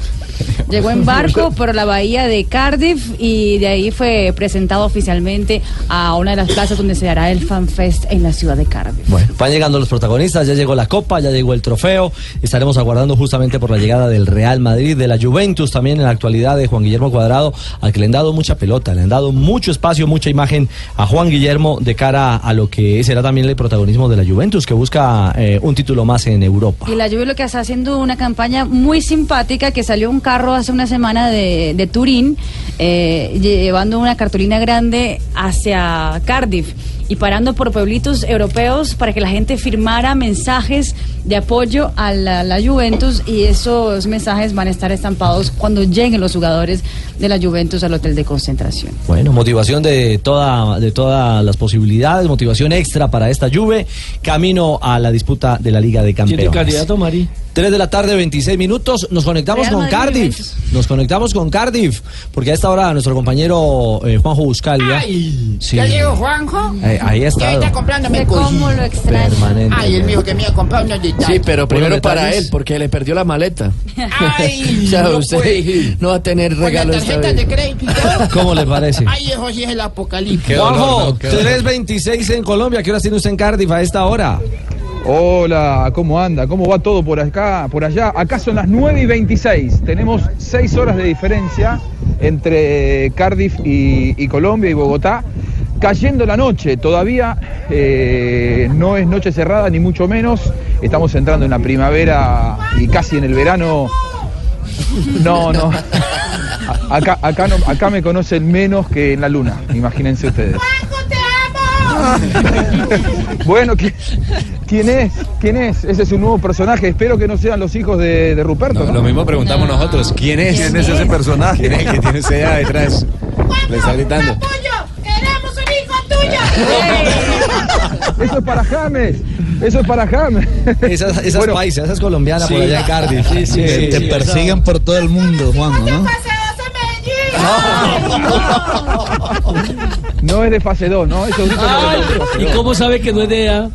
Llegó en barco por la bahía de Cardiff y de ahí fue presentado oficialmente a una de las plazas donde se hará el Fan Fest en la ciudad de Cardiff. Bueno, van llegando los protagonistas, ya llegó la copa, ya llegó el trofeo. Estaremos aguardando justamente por la llegada del Real Madrid, de la Juventus también en la actualidad de Juan Guillermo Cuadrado, al que le han dado mucha pelota, le han dado mucho espacio, mucha imagen a Juan Guillermo de cara a lo que será también el protagonismo de la Juventus, que busca eh, un título más en Europa. Y la Juve lo que está haciendo una campaña muy simpática que salió un carro hace una semana de, de Turín eh, llevando una cartulina grande hacia Cardiff y parando por pueblitos europeos para que la gente firmara mensajes de apoyo a la, la Juventus y esos mensajes van a estar estampados cuando lleguen los jugadores de la Juventus al hotel de concentración. Bueno, motivación de toda de todas las posibilidades, motivación extra para esta Juve, camino a la disputa de la Liga de ¿Tiene Campeones. candidato, Mari? 3 de la tarde, 26 minutos. Nos conectamos Real con Madrid, Cardiff. Nos conectamos con Cardiff. Porque a esta hora nuestro compañero eh, Juanjo Buscalia. Sí. Ya llegó Juanjo. Eh, ahí está. Ya está comprándome el ¿Cómo lo extraño? Permanente. Ay, el mío que me ha comprado unos de Sí, pero primero Buenos para detalles. él, porque le perdió la maleta. Ay, o sea, no usted puede. no va a tener Con la regalo esta tarjeta vez. de crédito. ¿Cómo le parece? Ay, eso sí es el apocalipsis. Juanjo, 326 en Colombia. ¿Qué hora tiene usted en Cardiff a esta hora? Hola, ¿cómo anda? ¿Cómo va todo por acá, por allá? Acá son las 9 y 26. Tenemos 6 horas de diferencia entre Cardiff y, y Colombia y Bogotá. Cayendo la noche, todavía eh, no es noche cerrada, ni mucho menos. Estamos entrando en la primavera y casi en el verano. No, no. A- Acá, acá, no- acá me conocen menos que en la luna, imagínense ustedes. 啊 Bueno, ¿qui- ¿quién es? ¿Quién es? Ese es un nuevo personaje. Espero que no sean los hijos de, de Ruperto. ¿no? Lo mismo preguntamos nosotros, ¿quién es? ¿Quién es ese personaje? ¿Quién es el que tiene usted allá detrás? Le está gritando. ¡Queremos un hijo tuyo! Eso es para James. Eso es para James. Esas, esas Bueno. paisas, esas colombianas por allá en Cardiff. Te, te persiguen por todo el mundo, Juan, ¿no? No es de fase 2, ¿no? Eso ahorita no es de fase ¿Y dos. cómo sabe que no es de ella?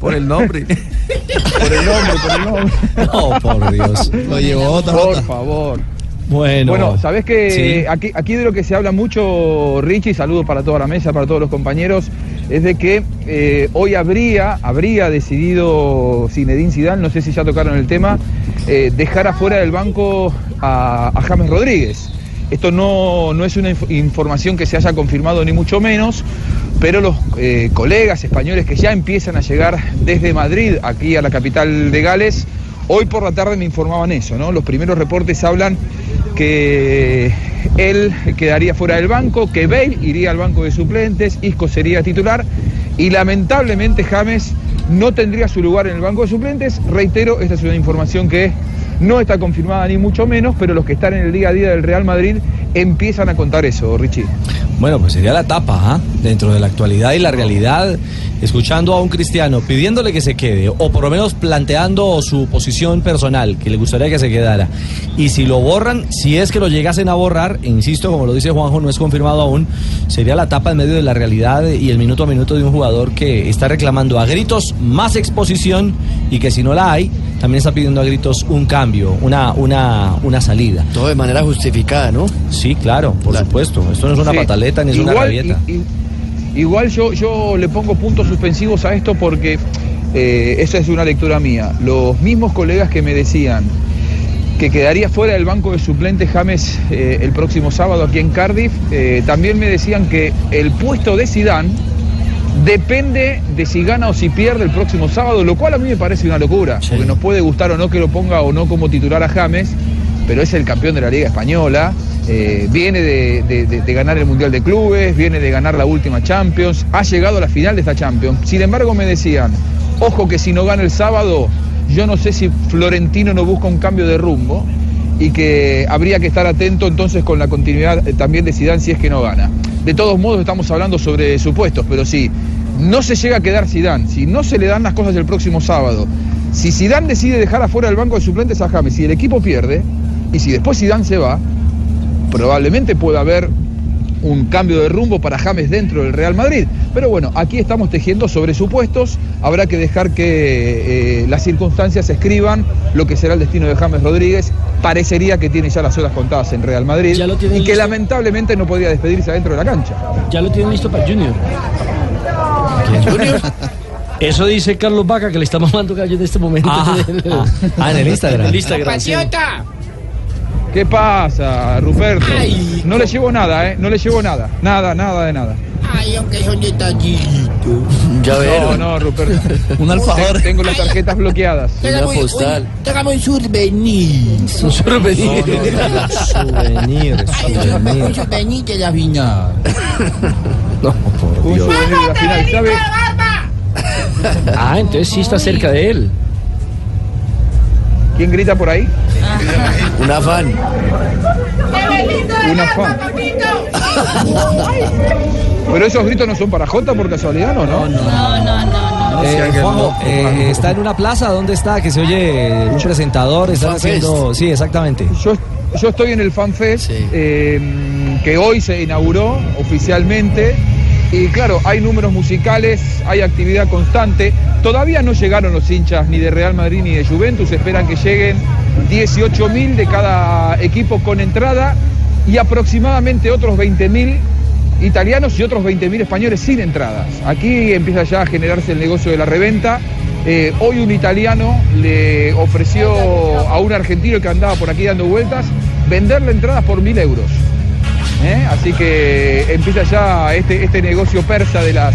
Por el nombre. por el nombre, por el nombre. No, por Dios. Lo llevó otra Por favor. Bueno, Bueno, sabes que Sí. Eh, aquí, aquí de lo que se habla mucho, Richie, saludos para toda la mesa, para todos los compañeros, es de que eh, hoy habría, habría decidido Zinedine Zidane, no sé si ya tocaron el tema, eh, dejar afuera del banco a, a James Rodríguez. Esto no, no es una inf- información que se haya confirmado ni mucho menos, pero los eh, colegas españoles que ya empiezan a llegar desde Madrid aquí a la capital de Gales, hoy por la tarde me informaban eso, ¿no? Los primeros reportes hablan que él quedaría fuera del banco, que Bale iría al banco de suplentes, Isco sería titular y lamentablemente James no tendría su lugar en el banco de suplentes. Reitero, esta es una información que no está confirmada ni mucho menos, pero los que están en el día a día del Real Madrid empiezan a contar eso, Richie. Bueno, pues sería la tapa, ¿ah? dentro de la actualidad y la realidad, escuchando a un cristiano pidiéndole que se quede, o por lo menos planteando su posición personal, que le gustaría que se quedara. Y si lo borran, si es que lo llegasen a borrar, e insisto, como lo dice Juanjo, no es confirmado aún, sería la tapa en medio de la realidad y el minuto a minuto de un jugador que está reclamando a gritos más exposición y que si no la hay, también está pidiendo a gritos un cambio, una, una, una salida. Todo de manera justificada, ¿no? Sí, claro, por supuesto. Esto no es una Sí. pataleta ni es una Igual, rabieta. i- i- igual yo, yo le pongo puntos suspensivos a esto porque eh, esa es una lectura mía. Los mismos colegas que me decían que quedaría fuera del banco de suplentes James eh, el próximo sábado aquí en Cardiff, eh, también me decían que el puesto de Sidán depende de si gana o si pierde el próximo sábado, lo cual a mí me parece una locura, porque nos puede gustar o no que lo ponga o no como titular a James, pero es el campeón de la Liga Española, eh, viene de, de- de- de ganar el Mundial de Clubes, viene de ganar la última Champions, ha llegado a la final de esta Champions. Sin embargo, me decían, ojo que si no gana el sábado, yo no sé si Florentino no busca un cambio de rumbo y que habría que estar atento entonces con la continuidad eh, también de Zidane si es que no gana. De todos modos estamos hablando sobre supuestos, pero si no se llega a quedar Zidane, si no se le dan las cosas el próximo sábado, si Zidane decide dejar afuera del banco de suplentes a James, si el equipo pierde y si después Zidane se va, probablemente pueda haber un cambio de rumbo para James dentro del Real Madrid. Pero bueno, aquí estamos tejiendo sobre supuestos. Habrá que dejar que eh, las circunstancias escriban lo que será el destino de James Rodríguez. Parecería que tiene ya las horas contadas en Real Madrid y que lamentablemente no podía despedirse adentro de la cancha. Ya lo tienen listo para Junior. Eso dice Carlos Vaca que le está mamando gallo en este momento. Ah, ah, ah, en el Instagram. En el Instagram, sí. ¡Patriota! ¿Qué pasa, Ruperto? no le llevo nada, ¿eh? No le llevo nada. Nada, nada de nada. Ay, aunque son detallitos. Ya veo. No, no, Ruperto. Un alfajor. Ten- Tengo las tarjetas bloqueadas. Trágame un- un- Trágame un souvenir. Un souvenir. Un souvenir de la viña. Un souvenir de la final, ¿sabe? Ah, entonces sí está cerca de él. ¿Quién grita por ahí? Un afán. Un afán. Eh. Pero esos gritos no son para Jota por casualidad, ¿o no? No, no, no. no, Eh, Juanjo, eh, está en una plaza, ¿dónde está? Que se oye un presentador, están Fan Fest. haciendo... Sí, exactamente. Yo, yo estoy en el FanFest eh, que hoy se inauguró oficialmente Y claro, hay números musicales, hay actividad constante. Todavía no llegaron los hinchas ni de Real Madrid ni de Juventus. Esperan que lleguen 18.000 de cada equipo con entrada y aproximadamente otros 20.000 italianos y otros 20.000 españoles sin entradas. Aquí empieza ya a generarse el negocio de la reventa. Eh, hoy un italiano le ofreció a un argentino que andaba por aquí dando vueltas venderle entradas por mil euros. ¿Eh? Así que empieza ya este, este negocio persa de, las,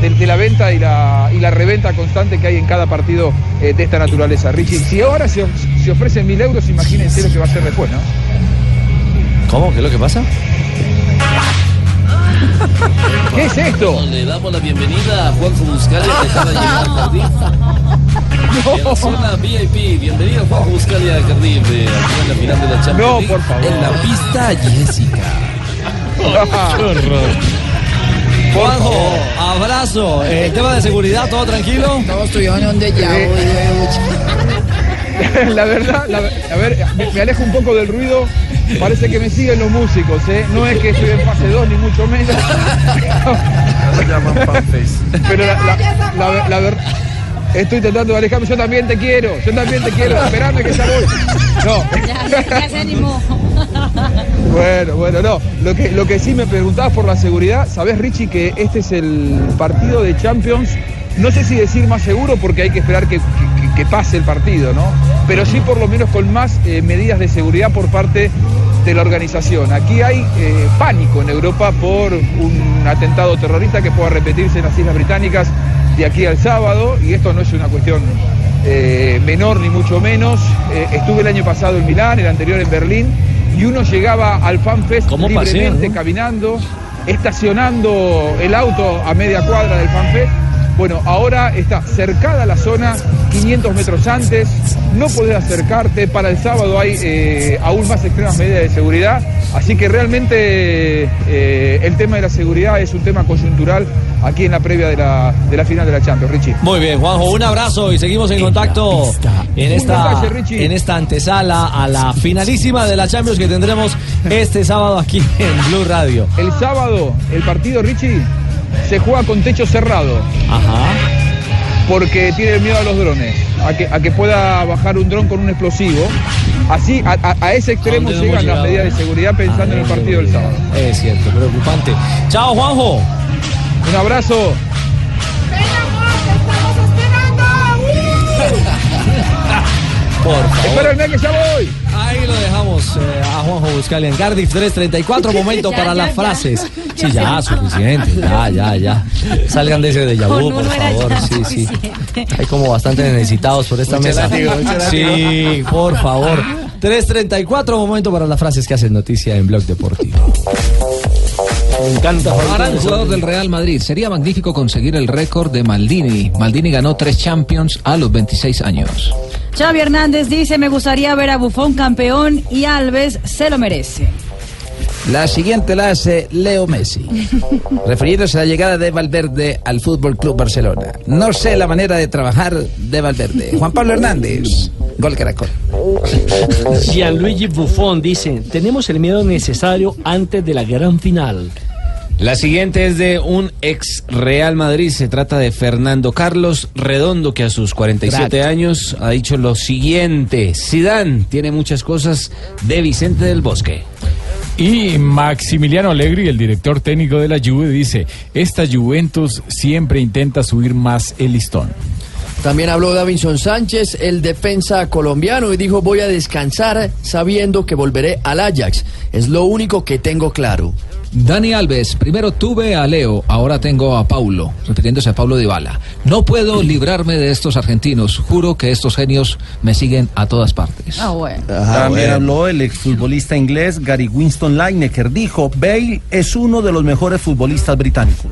de, de la venta y la, y la reventa constante que hay en cada partido eh, de esta naturaleza. Richie, si ahora se, of- se ofrecen mil euros, imagínense lo que va a ser después, ¿no? ¿Cómo? ¿Qué es lo que pasa? ¿Qué es esto? Le damos la bienvenida a Juanjo Buscalia que acaba de llegar al jardín. En la zona VIP, bienvenido Juanjo Buscalia al jardín de aquí en la final de la Champions No, League. por favor. En la pista Jessica. Juanjo, abrazo. Eh, El tema de seguridad, todo tranquilo. No, estuvieron donde ya voy, Eh, la verdad, la, a ver, me, me alejo un poco del ruido. Parece que me siguen los músicos, ¿eh? No es que estoy en fase 2, ni mucho menos. Pero la, la- la- la ver- Estoy tratando de alejarme. Yo también te quiero, yo también te quiero. Esperame que ya voy. No. Ya, se- ya se animó. Bueno, bueno, no. Lo que, lo que sí me preguntabas por la seguridad, ¿sabés Richie que este es el partido de Champions? No sé si decir más seguro porque hay que esperar que, que- que pase el partido, ¿no? Pero sí por lo menos con más eh, medidas de seguridad por parte de la organización. Aquí hay eh, pánico en Europa por un atentado terrorista que pueda repetirse en las Islas Británicas de aquí al sábado y esto no es una cuestión eh, menor ni mucho menos. Eh, estuve el año pasado en Milán, el anterior en Berlín y uno llegaba al FanFest ¿Cómo libremente, pasean, no? caminando, estacionando el auto a media cuadra del FanFest. Bueno, ahora está cercada la zona, 500 metros antes, no podés acercarte, para el sábado hay eh, aún más extremas medidas de seguridad, así que realmente eh, el tema de la seguridad es un tema coyuntural aquí en la previa de la, de la final de la Champions, Richie. Muy bien, Juanjo, un abrazo y seguimos en contacto en esta, en esta antesala a la finalísima de la Champions que tendremos este sábado aquí en Blue Radio. El sábado, el partido, Richie, se juega con techo cerrado. Ajá. Porque tiene miedo a los drones, a que, a que pueda bajar un dron con un explosivo. Así, a, a- a ese extremo ¿A dónde hemos llegan las llegado? Ah, medidas de seguridad pensando en el partido del sábado. Es cierto, preocupante. Chao, Juanjo. Un abrazo. Por favor. Espérenme que ya voy. Ahí lo dejamos eh, a Juanjo Buscalia en Cardiff 334. Momento Ya, para ya, las ya. frases. Ya. Sí, ya, suficiente. Ya, ya, ya. Salgan de ese de Con vu, uno por era ya favor. Sí, sí. suficiente. Hay como bastante necesitados por esta Mucho mesa. látigo, mucho látigo. Sí, por favor. 334, momento para las frases que hacen noticia en Blog Deportivo. Me encanta. Ahora el jugador del Real Madrid. Sería magnífico conseguir el récord de Maldini. Maldini ganó tres Champions a los 26 años. Xavi Hernández dice, me gustaría ver a Bufón campeón y Alves se lo merece. La siguiente la hace Leo Messi, refiriéndose a la llegada de Valverde al Fútbol Club Barcelona. No sé la manera de trabajar de Valverde. Juan Pablo Hernández, gol Caracol. Gianluigi Buffon dice, tenemos el miedo necesario antes de la gran final. La siguiente es de un ex Real Madrid, se trata de Fernando Carlos Redondo, que a sus 47 Crack. años ha dicho lo siguiente, Sidán tiene muchas cosas de Vicente del Bosque. Y Maximiliano Allegri, el director técnico de la Juve, dice, esta Juventus siempre intenta subir más el listón. También habló Davinson Sánchez, el defensa colombiano, y dijo voy a descansar sabiendo que volveré al Ajax. Es lo único que tengo claro. Dani Alves, primero tuve a Leo, ahora tengo a Paulo, refiriéndose a Paulo Dybala. No puedo librarme de estos argentinos, juro que estos genios me siguen a todas partes. Ah, bueno. También habló el exfutbolista inglés Gary Winston Lineker. Dijo, Bale es uno de los mejores futbolistas británicos.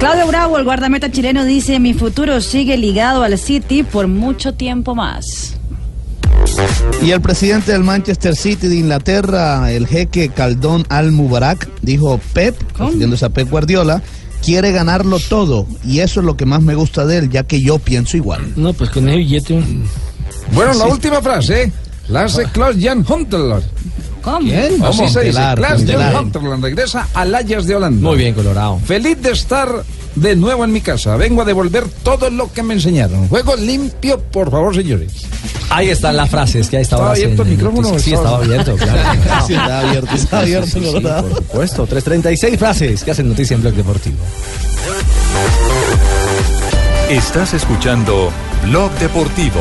Claudio Bravo, el guardameta chileno, dice, mi futuro sigue ligado al City por mucho tiempo más. Y el presidente del Manchester City de Inglaterra, el jeque Caldón Al Mubarak, dijo Pep, refiriéndose a Pep Guardiola, quiere ganarlo todo y eso es lo que más me gusta de él, ya que yo pienso igual. No, pues con ese billete... Bueno, la última frase, ¿eh? la hace Klaus Jan Huntelaar, ¿Cómo? Bien, ¿Cómo? Así se dice. Claro, Klaas de claro. Honterland regresa al Ajax de Holanda. Muy bien, Colorado. Feliz de estar de nuevo en mi casa. Vengo a devolver todo lo que me enseñaron. Juego limpio, por favor, señores. Ahí están las frases que ahí estaba. ¿Estaba abierto el micrófono? Sí, estaba abierto, claro. Sí, estaba abierto, estaba abierto, Sí, sí, sí, Colorado. Por supuesto, 336 frases que hacen noticia en Blog Deportivo. Estás escuchando Blog Deportivo.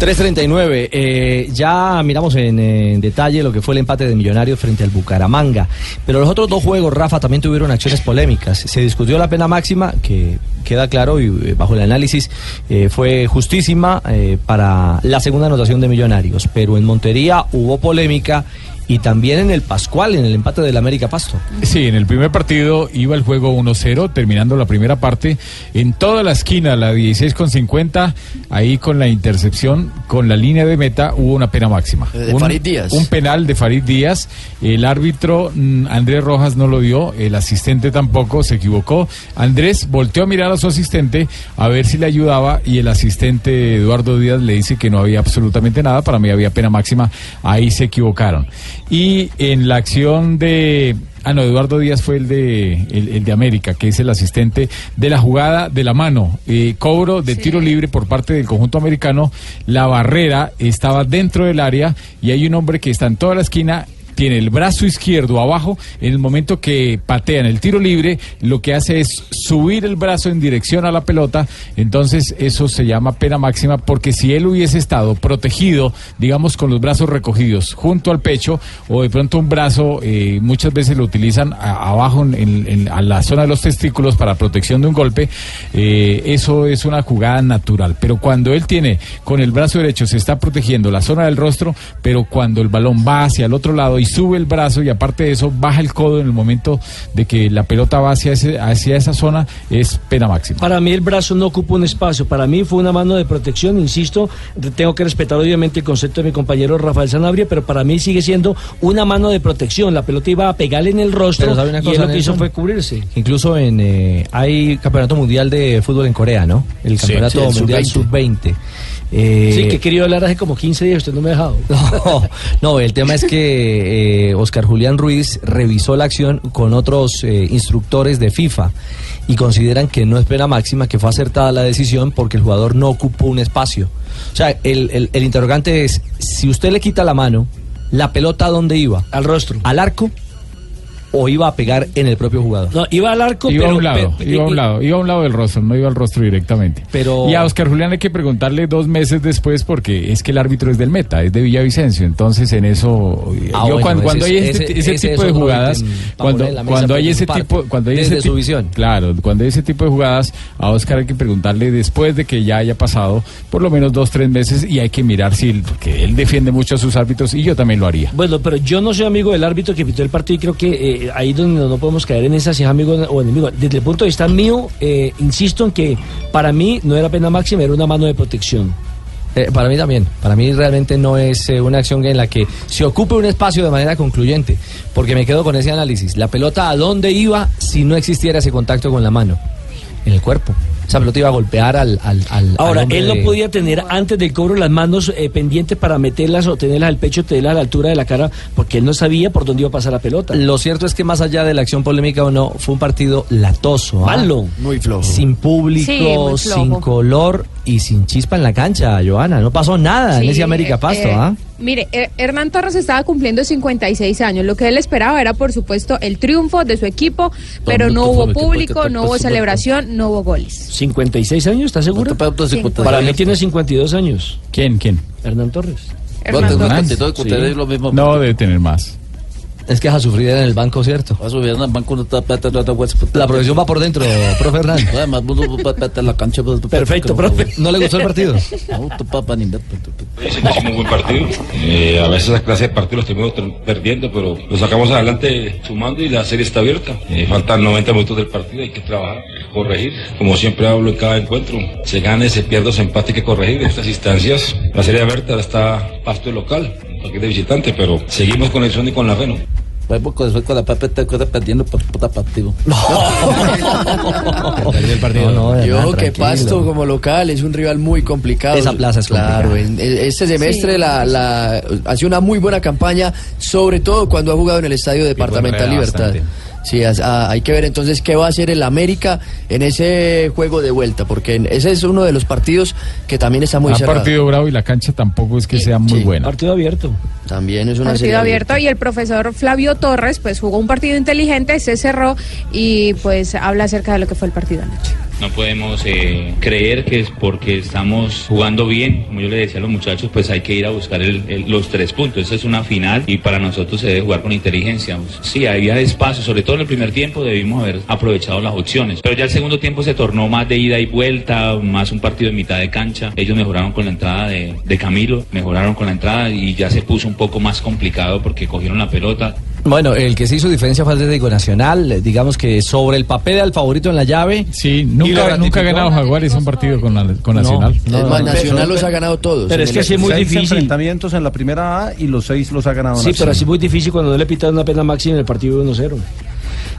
339. eh, ya miramos en, eh, en detalle lo que fue el empate de Millonarios frente al Bucaramanga. Pero los otros dos juegos, Rafa, también tuvieron acciones polémicas. Se discutió la pena máxima, que queda claro y eh, bajo el análisis eh, fue justísima eh, para la segunda anotación de Millonarios. Pero en Montería hubo polémica y también en el Pascual, en el empate del América Pasto. Sí, en el primer partido iba el juego 1-0, terminando la primera parte. En toda la esquina, la 16 con 50, ahí con la intercepción, con la línea de meta, hubo una pena máxima. De un, Farid Díaz. Un penal de Farid Díaz. El árbitro mm, Andrés Rojas no lo dio, el asistente tampoco, se equivocó. Andrés volteó a mirar a su asistente a ver si le ayudaba y el asistente Eduardo Díaz le dice que no había absolutamente nada, para mí había pena máxima, ahí se equivocaron. Y en la acción de... Ah, no, Eduardo Díaz fue el de, el, el de América, que es el asistente de la jugada de la mano. Eh, cobro de tiro libre por parte del conjunto americano. La barrera estaba dentro del área y hay un hombre que está en toda la esquina. Tiene el brazo izquierdo abajo. En el momento que patean el tiro libre, lo que hace es subir el brazo en dirección a la pelota. Entonces, eso se llama pena máxima porque si él hubiese estado protegido, digamos, con los brazos recogidos junto al pecho o de pronto un brazo, eh, muchas veces lo utilizan a- abajo en, en- en- a la zona de los testículos para protección de un golpe, eh, eso es una jugada natural. Pero cuando él tiene con el brazo derecho, se está protegiendo la zona del rostro, pero cuando el balón va hacia el otro lado y sube el brazo y aparte de eso baja el codo en el momento de que la pelota va hacia, ese, hacia esa zona, es pena máxima. Para mí el brazo no ocupa un espacio, para mí fue una mano de protección, insisto, re- tengo que respetar obviamente el concepto de mi compañero Rafael Sanabria, pero para mí sigue siendo una mano de protección, la pelota iba a pegarle en el rostro Pero ¿sabe una y él cosa, lo que hizo Nelson? fue cubrirse. Incluso en eh, hay campeonato mundial de fútbol en Corea, ¿no? El Sí, campeonato sí, el mundial sub-20. Eh, sí, que he querido hablar hace como 15 días, usted no me ha dejado. No, no, el tema es que eh, Oscar Julián Ruiz revisó la acción con otros eh, instructores de FIFA y consideran que no es pena máxima, que fue acertada la decisión porque el jugador no ocupó un espacio. O sea, el, el- el interrogante es, si usted le quita la mano, ¿la pelota a dónde iba? Al rostro. ¿Al arco? ¿O iba a pegar en el propio jugador? No, iba al arco, Iba a un lado, iba a un lado, iba a un lado del rostro, no iba al rostro directamente. Pero- y a Oscar Julián hay que preguntarle dos meses después porque es que el árbitro es del Meta, es de Villavicencio, entonces en eso yo Ah, bueno, cuando, ese cuando es- hay este, ese- ese ese es tipo de otro jugadas, ítem para cuando, poner en la mesa cuando hay por ese su parte, tipo, cuando hay desde ese su ti- visión. claro, cuando hay ese tipo de jugadas a Oscar hay que preguntarle después de que ya haya pasado por lo menos dos tres meses y hay que mirar si él- porque él defiende mucho a sus árbitros y yo también lo haría. Bueno, pero yo no soy amigo del árbitro que pitó el partido y creo que eh, ahí donde no podemos caer en esa si es amigo o enemigo. Desde el punto de vista mío, eh, insisto en que para mí no era pena máxima, era una mano de protección. Eh, para mí también, para mí realmente no es eh, una acción en la que se ocupe un espacio de manera concluyente, porque me quedo con ese análisis. La pelota a dónde iba si no existiera ese contacto con la mano, en el cuerpo. Esa pelota iba a golpear al... al, al- al Ahora, hombre él de- no podía tener antes del cobro las manos eh, pendientes para meterlas o tenerlas al pecho, tenerlas a la altura de la cara, porque él no sabía por dónde iba a pasar la pelota. Lo cierto es que más allá de la acción polémica o no, fue un partido latoso. ¿ah? Malo. Muy flojo. Sin Sí, muy público, flojo. sin color y sin chispa en la cancha, Joana. No pasó nada Ah, en Sí, ese América eh, Pasto, eh, ¿ah? Mire, Her- Hernán Torres estaba cumpliendo 56 años. Lo que él esperaba era, por supuesto, el triunfo de su equipo, pero mundo no hubo conforme, que público, por- no por hubo supuesto. celebración, no hubo goles. ¿56 años? ¿Estás seguro? Para mí tiene 52 años. ¿Quién? ¿Quién? Hernán Torres. Hernán ¿Más? Torres. Sí. No debe tener más. Es que a sufrir en el banco, ¿cierto? A sufrir en el banco no está plata, no está La producción va por dentro, profe Hernán. Además, no está plata en la cancha. Perfecto, profe. ¿No le gustó el partido? No, tu papá ni me- Dicen que hicimos un buen partido. Eh, a veces las clases de partidos los terminamos ter- perdiendo, pero lo sacamos adelante sumando y la serie está abierta. Eh, faltan 90 minutos del partido, hay que trabajar, corregir. Como siempre hablo en cada encuentro, se gane, se pierde, se empate, hay que corregir. En estas instancias, la serie abierta está pasto de local, aquí de visitante, pero seguimos con el son y con la fe, ¿no? Poco después con la papa te acuerdas perdiendo por puta partido. Perdió el partido. Yo que Pasto como local es un rival muy complicado. Esa plaza es Claro, complicada. en- en- este semestre Sí. la, la- hace una muy buena campaña, sobre todo cuando ha jugado en el Estadio Departamental rueda Libertad. bastante. Sí, as- a- hay que ver entonces qué va a hacer el América en ese juego de vuelta, porque en- ese es uno de los partidos que también está muy Ha cerrado. partido bravo y la cancha tampoco es que sea muy buena. Partido abierto. También es una serie Partido abierto y el profesor Flavio Torres pues jugó un partido inteligente, se cerró y pues habla acerca de lo que fue el partido anoche. No podemos eh, creer que es porque estamos jugando bien, como yo le decía a los muchachos, pues hay que ir a buscar el- el- los tres puntos. Esta es una final y para nosotros se debe jugar con inteligencia. Sí, había espacio, sobre todo en el primer tiempo debimos haber aprovechado las opciones, pero ya el segundo tiempo se tornó más de ida y vuelta, más un partido en mitad de cancha. Ellos mejoraron con la entrada de, de Camilo, mejoraron con la entrada y ya se puso un poco más complicado porque cogieron la pelota, Bueno, el que se hizo diferencia fue Atlético Nacional, digamos que sobre el papel al favorito en la llave. Sí, Nunca, nunca ha ganado Jaguares un partido con, la- con Nacional. No, no, Nacional los ha ganado todos. Pero es que así es muy Seis difícil. enfrentamientos en la primera A y los seis los ha ganado Sí, pero Nacional. así es muy difícil cuando no le pitan una pena máxima en el partido 1-0.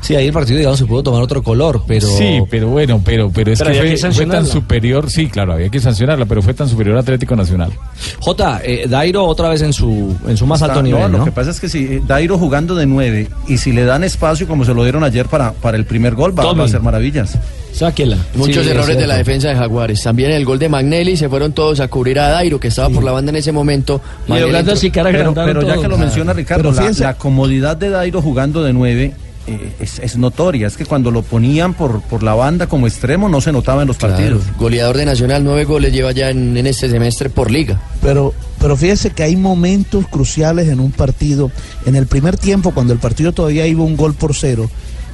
Sí, ahí el partido, digamos, se pudo tomar otro color, pero. Sí, pero bueno, pero, pero es Pero que, había fue, que fue tan sancionarla. superior, sí, claro, había que sancionarla, pero fue tan superior a Atlético Nacional. J, eh, Dairo otra vez en su, en su más Está- alto no, nivel, ¿no? Lo que pasa es que si eh, Dairo jugando de nueve y si le dan espacio como se lo dieron ayer para, para el primer gol, va, va a Tomen. hacer maravillas. Sáquela. Muchos errores de la defensa de Jaguares. También el gol de Magnelli se fueron todos a cubrir a Dairo, que estaba por la banda en ese momento. Magnelli entró- pero, pero ya que lo menciona Ricardo, la, la comodidad de Dairo jugando de nueve eh, es, es notoria. Es que cuando lo ponían por, por la banda como extremo no se notaba en los partidos. Goleador de Nacional, nueve goles lleva ya en, en este semestre por liga. Pero, pero fíjese que hay momentos cruciales en un partido. En el primer tiempo, cuando el partido todavía iba un gol por cero,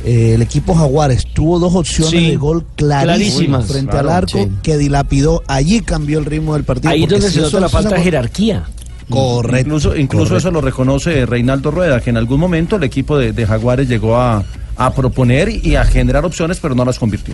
eh, el equipo Jaguares tuvo dos opciones Sí, de gol clarísimas, clarísimas, frente claro, al arco sí. que dilapidó. Allí cambió el ritmo del partido. Ahí es porque donde si se eso nota no la falta de hace- jerarquía. Correcto. Incluso, incluso eso lo reconoce Reinaldo Rueda, que en algún momento el equipo de, de Jaguares llegó a, a proponer y a generar opciones, pero no las convirtió.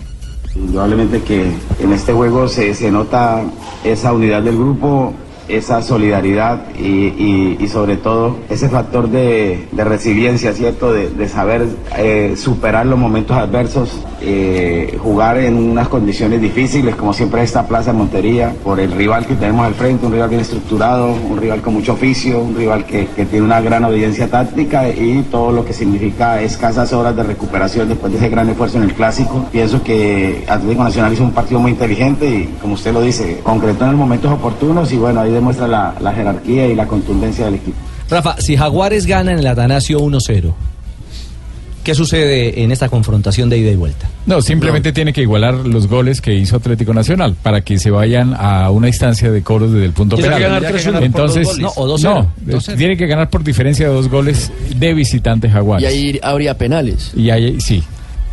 Indudablemente que en este juego se, se nota esa unidad del grupo, esa solidaridad y, y- y sobre todo ese factor de, de resiliencia, ¿cierto? De, de saber eh, superar los momentos adversos, eh, jugar en unas condiciones difíciles, como siempre es esta plaza de Montería, por el rival que tenemos al frente, un rival bien estructurado, un rival con mucho oficio, un rival que, que tiene una gran obediencia táctica y todo lo que significa escasas horas de recuperación después de ese gran esfuerzo en el clásico. Pienso que Atlético Nacional hizo un partido muy inteligente y, como usted lo dice, concretó en los momentos oportunos y bueno, ahí demuestra la- la jerarquía y la contundencia del equipo. Rafa, si Jaguares gana en el Atanasio 1-0, ¿qué sucede en esta confrontación de ida y vuelta? No, simplemente tiene que igualar los goles que hizo Atlético Nacional para que se vayan a una instancia de coros desde el punto Tiene que penal. ganar Tendría que 3-1. ganar por dos Entonces, goles. No, o 2-0. no, eh, tiene que ganar por diferencia de dos goles de visitante Y Jaguares. ahí habría penales. Y ahí sí.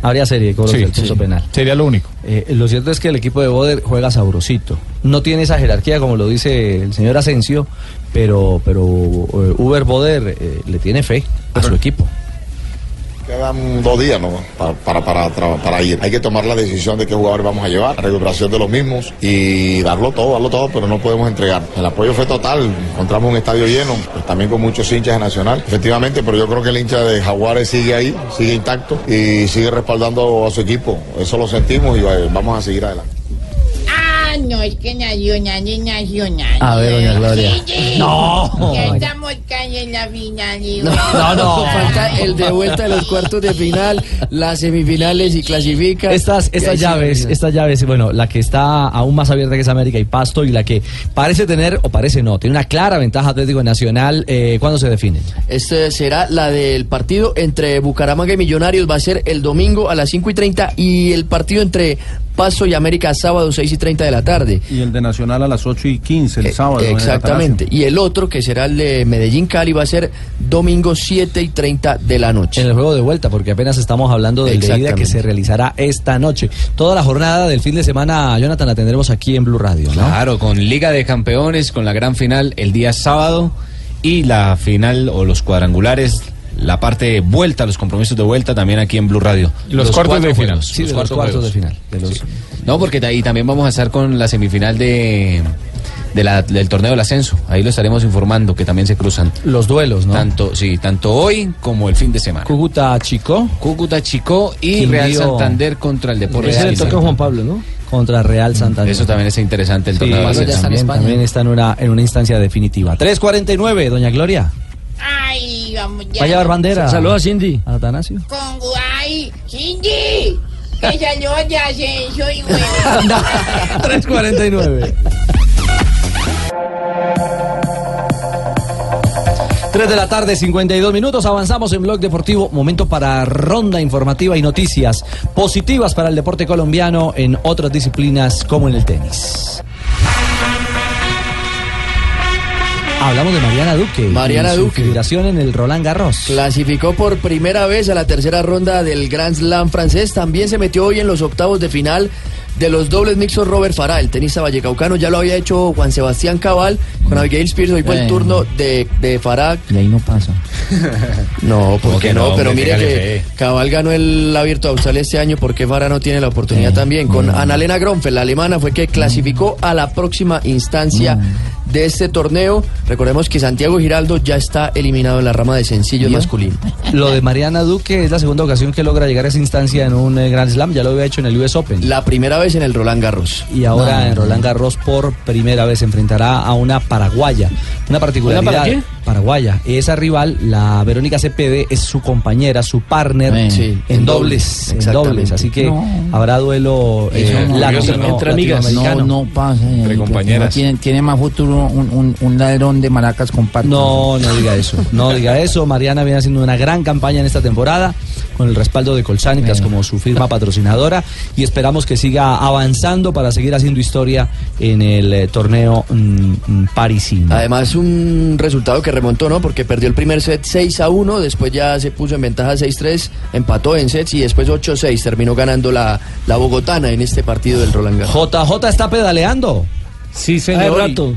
Habría serie de cobros Sí, del punto sí. penal. Eh, Sería lo único. lo cierto es que el equipo de Boder juega sabrosito. No tiene esa jerarquía como lo dice el señor Asensio, pero, pero eh, Uber Boder eh, le tiene fe a su equipo. Quedan dos días ¿no? para, para, para, tra- para ir. Hay que tomar la decisión de qué jugadores vamos a llevar, la recuperación de los mismos y darlo todo, darlo todo, pero no podemos entregar. El apoyo fue total, encontramos un estadio lleno, pues, también con muchos hinchas de Nacional, efectivamente, pero yo creo que el hincha de Jaguares sigue ahí, sigue intacto y sigue respaldando a su equipo. Eso lo sentimos y eh, vamos a seguir adelante. Ah, no, es que nació Nani, nació A ver, doña Gloria. No. No. Ya estamos casi en la final. y bueno. No, no. Falta el de vuelta de los cuartos de final, las semifinales y clasifica. Estas, Y ahí estas sí llaves, termina. estas llaves, bueno, la que está aún más abierta que es América y Pasto y la que parece tener, o parece no, tiene una clara ventaja Atlético Nacional, eh, ¿cuándo se definen? Este será la del partido entre Bucaramanga y Millonarios. Va a ser el domingo a las 5 y 30 y el partido entre Paso y América sábado 6 y 30 de la tarde. Y el de Nacional a las 8 y 15 el sábado. en el Exactamente. Y el otro, que será el de Medellín Cali, va a ser domingo 7 y 30 de la noche. En el juego de vuelta, porque apenas estamos hablando del de ida que Exactamente. se realizará esta noche. Toda la jornada del fin de semana, Jonathan, la tendremos aquí en Blue Radio, ¿no? Claro, con Liga de Campeones, con la gran final el día sábado y la final o los cuadrangulares, la parte de vuelta, los compromisos de vuelta también aquí en Blue Radio. Los cuartos cuatro de final. juegos, Sí, de los cuatro cuartos juegos. de final, Sí. No, porque de ahí también vamos a estar con la semifinal de de la- del torneo del ascenso. Ahí lo estaremos informando, que también se cruzan. Los duelos, ¿no? Tanto, sí, tanto hoy como el fin de semana. Cúcuta Chico. Cúcuta Chico y Quindío. Real Santander contra el Deportes Ese le Quindío. toca a Juan Pablo, ¿no? Contra Real Santander. Eso también es interesante el Sí, torneo del ascenso. también, también está en una, en una instancia definitiva. 3.49, doña Gloria. Ay, vamos ya. Va a llevar bandera. Saludos. Cindy. A Atanasio. Con ay, Cindy. Que salió de ascenso y bueno. 3.49. 3 de la tarde, 52 minutos. Avanzamos en Blog Deportivo. Momento para ronda informativa y noticias positivas para el deporte colombiano en otras disciplinas como en el tenis. Hablamos de Mariana Duque. y Mariana su Duque. figuración en el Roland Garros. Clasificó por primera vez a la tercera ronda del Grand Slam francés. También se metió hoy en los octavos de final de los dobles mixtos Robert Farah, el tenista vallecaucano. Ya lo había hecho Juan Sebastián Cabal con Abigail Spears. Hoy fue el Eh. turno de, de Farah. Y ahí no pasa. No, ¿Cómo porque que no, no, pero hombre? mire Téngale que Cabal ganó el abierto Australia este año porque Farah no tiene la oportunidad Eh. también. Con Mm. Annalena Gronfeld, la alemana, fue que clasificó a la próxima instancia Mm. de este torneo. Recordemos que Santiago Giraldo ya está eliminado en la rama de sencillos masculino. Lo de Mariana Duque es la segunda ocasión que logra llegar a esa instancia en un eh, Grand Slam. Ya lo había hecho en el US Open. La primera vez en el Roland Garros. Y ahora en Roland Garros por primera vez se enfrentará a una paraguaya. Una particularidad. ¿Una para qué? Paraguaya. Esa rival, la Verónica Cepede, es su compañera, su partner Eh, sí, en, en dobles. dobles, en dobles. Así que No. habrá duelo Eso eh, no, latino- no, No, latinoamericano. no pasa. eh, señorita, Entre compañeras. no tiene, tiene más futuro un, un- un ladrón de maracas con patas. No, no diga eso. No diga eso. Mariana viene haciendo una gran campaña en esta temporada con el respaldo de Colsánicas como su firma patrocinadora y esperamos que siga avanzando para seguir haciendo historia en el eh, torneo mm, mm, parisino. Además, un resultado que remontó, ¿no? Porque perdió el primer set 6 a 1, después ya se puso en ventaja 6-3, empató en sets y después 8-6. Terminó ganando la, la Bogotana en este partido del Roland Garros. JJ está pedaleando. Sí, señor. Hace rato.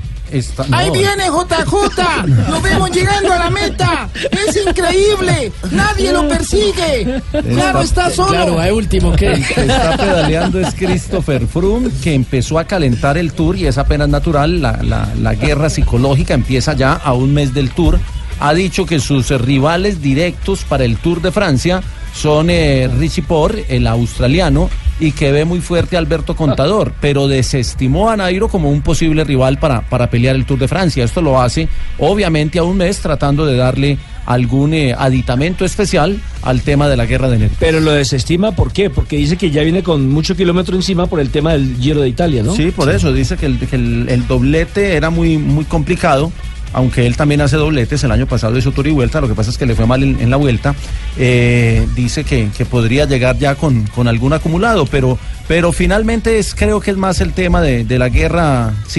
Ahí viene JJ, lo vemos llegando a la meta, es increíble, nadie lo persigue, claro está solo. último que está pedaleando es Christopher Froome, que empezó a calentar el tour y es apenas natural. La, la- la guerra psicológica empieza ya a un mes del tour. Ha dicho que sus eh, rivales directos para el Tour de Francia son eh, Richie Por, el australiano, y que ve muy fuerte a Alberto Contador, pero desestimó a Nairo como un posible rival para, para pelear el Tour de Francia. Esto lo hace, obviamente, a un mes tratando de darle algún eh, aditamento especial al tema de la guerra de enero. Pero lo desestima, ¿por qué? Porque dice que ya viene con mucho kilómetro encima por el tema del Giro de Italia, ¿no? Sí, por eso dice que, el, que el- el doblete era muy, muy complicado, aunque él también hace dobletes. El año pasado hizo tour y vuelta, lo que pasa es que le fue mal en, en la vuelta. Eh, dice que, que podría llegar ya con, con algún acumulado, pero, pero finalmente es, creo que es más el tema de, de la guerra psicológica,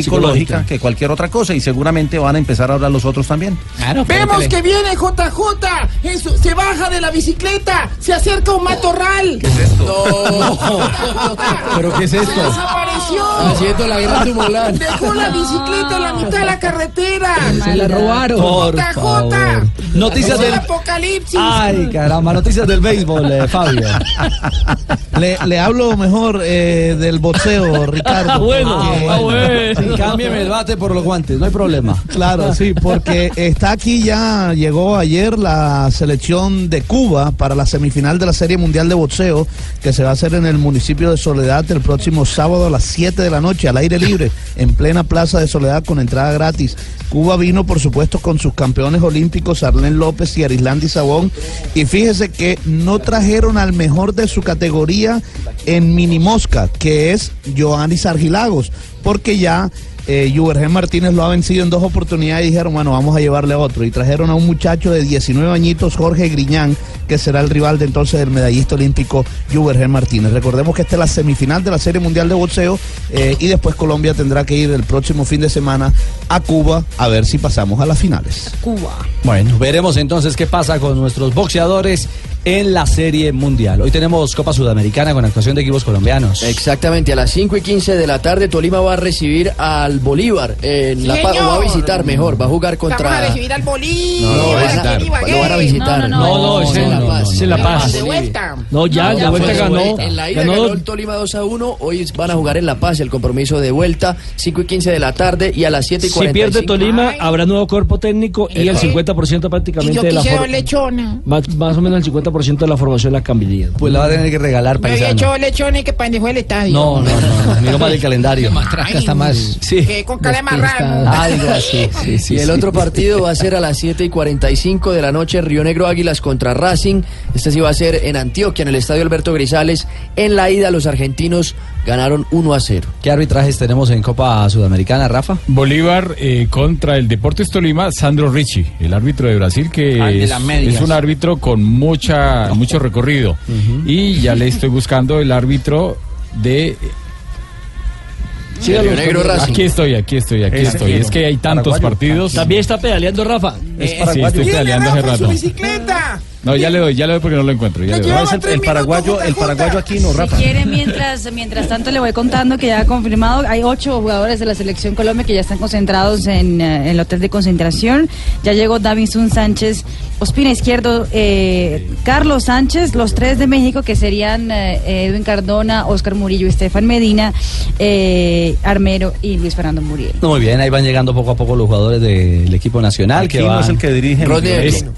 Psicológica. que cualquier otra cosa, y seguramente van a empezar ahora los otros también. Vemos que viene JJ, eso, se baja de la bicicleta, se acerca a un matorral. ¿Qué es esto? ¿Pero qué es Se Ah, desapareció. Haciendo la guerra tumular. tubular. Dejó la bicicleta en la mitad de la carretera. Se la robaron. Por favor. Noticias Noticias del del- apocalipsis. Ay, caramba, noticias del béisbol, eh, Fabio. Le, le hablo mejor eh, del boxeo, Ricardo. porque- Sí, cámbiame el bate por los guantes, no hay problema. Claro, sí, porque está aquí ya, llegó ayer la selección de Cuba para la semifinal de la Serie Mundial de Boxeo, que se va a hacer en el municipio de Soledad el próximo sábado a las 7 de la noche, al aire libre, en plena Plaza de Soledad, con entrada gratis. Cuba vino, por supuesto, con sus campeones olímpicos, Arlén López y Arislandi Sabón, y fíjese que no trajeron al mejor de su categoría en mini mosca, que es Joannis Argilagos, porque ya eh, Yubergen Martínez lo ha vencido en dos oportunidades y dijeron, bueno, vamos a llevarle a otro. Y trajeron a un muchacho de 19 añitos, Jorge Griñán, que será el rival de entonces del medallista olímpico Yubergen Martínez. Recordemos que esta es la semifinal de la Serie Mundial de Boxeo eh, y después Colombia tendrá que ir el próximo fin de semana a Cuba a ver si pasamos a las finales. Cuba. Bueno, veremos entonces qué pasa con nuestros boxeadores en la Serie Mundial. Hoy tenemos Copa Sudamericana con actuación de equipos colombianos. Eh, Exactamente, a las 5 y 15 de la tarde Tolima va a recibir al Bolívar en La Paz, o va a Señor. visitar mejor, va a jugar Vamos contra... a recibir al Bolívar. No, lo van a visitar, lo van a visitar. No, no, es en La Paz. es en La Paz. De vuelta. No, ya, No, la vuelta fue de ganó. vuelta. En la ida ganó ganó el Tolima 2 a 1. Hoy van a jugar en La Paz el compromiso de vuelta, 5 y 15 de la tarde y a las 7 y Si 45. pierde Tolima, habrá nuevo cuerpo técnico y el Epa. 50% prácticamente Y yo de la quise for- dos lechonas. más, más o menos el 50% de la formación la cambiaría. Pues la va a tener que regalar Yo había hecho dos lechones que pendejó el estadio. No, no, no, no, miro para el calendario. Más trasca está más. Sí. Que con cara de marrano. Algo así. Sí, sí, y el sí. otro partido va a ser a las 7 y 45 de la noche, Río Negro Águilas contra Racing. Este sí va a ser en Antioquia, en el Estadio Alberto Grisales. En la ida los argentinos ganaron 1 a 0. ¿Qué arbitrajes tenemos en Copa Sudamericana, Rafa? Bolívar eh, contra el Deportes Tolima, Sandro Ricci, el árbitro de Brasil, que Ah, el de es, las medias. es un árbitro con mucha mucho recorrido. Y ya le estoy buscando el árbitro de... Sí, de Río Negro Racing. Aquí estoy, aquí estoy, aquí Ese estoy. quiero. Es que hay tantos Paraguayo. partidos. También está pedaleando Rafa. Es Eh, paraguayo. sí, estoy Tiene pedaleando hace Rafa su rato. bicicleta. No, ya le doy, ya le doy porque no lo encuentro. ya Nos le doy. llevaba tres minutos, el paraguayo aquí no, Si quiere, mientras, mientras tanto le voy contando que ya ha confirmado, hay ocho jugadores de la selección Colombia que ya están concentrados en, eh, el hotel de concentración. Ya llegó Davinson Sánchez, Ospina Izquierdo, eh, Carlos Sánchez, los tres de México que serían eh, Edwin Cardona, Oscar Murillo, Estefan Medina, eh, Armero y Luis Fernando Muriel. Muy bien, ahí van llegando poco a poco los jugadores del equipo nacional. Que Aquino van- es el que dirige. Rodney Es- Aquino.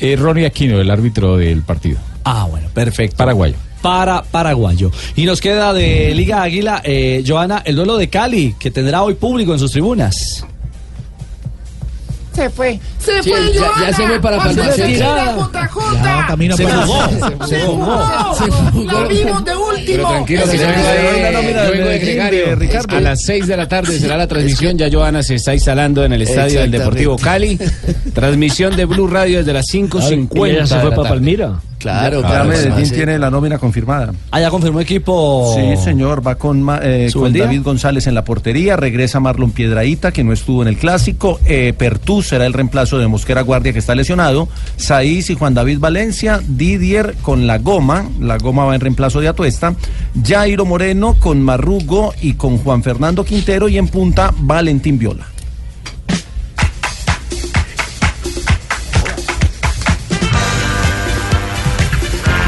Eh, Ronnie Aquino, el árbitro del partido. Ah, bueno, perfecto. Paraguayo. Para Paraguayo. Y nos queda de Liga Águila, eh, Joana, el duelo de Cali, que tendrá hoy público en sus tribunas. Se fue. Se Sí, fue, ya- ya Joana. se fue para Pasó Palma esa Seca. tirada, JJ. camino Se para- fugó. Se Se fugó. fugó. Se fugó. La vimos de último. Pero tranquilo, que ya Hoy la nómina luego del de Medellín Gregario, de Ricardo. a las 6 de la tarde será la transmisión. Ya Joana se está instalando en el estadio del Exactamente. Deportivo Cali. Transmisión de Blue Radio desde las 5.50. Claro, ella ya se de fue la para tarde. Palmira. Claro, Ya claro, Medellín sí. tiene la nómina confirmada. Ah, ya confirmó equipo. Sí, señor, va con, Ma- eh, con ¿Subeldía? David González en la portería, regresa Marlon Piedraíta, que no estuvo en el clásico, eh, Pertú será el reemplazo de Mosquera Guardia, que está lesionado, Saiz y Juan David Valencia, Didier con la goma, la goma va en reemplazo de Atuesta, Jairo Moreno con Marrugo y con Juan Fernando Quintero y en punta Valentín Viola.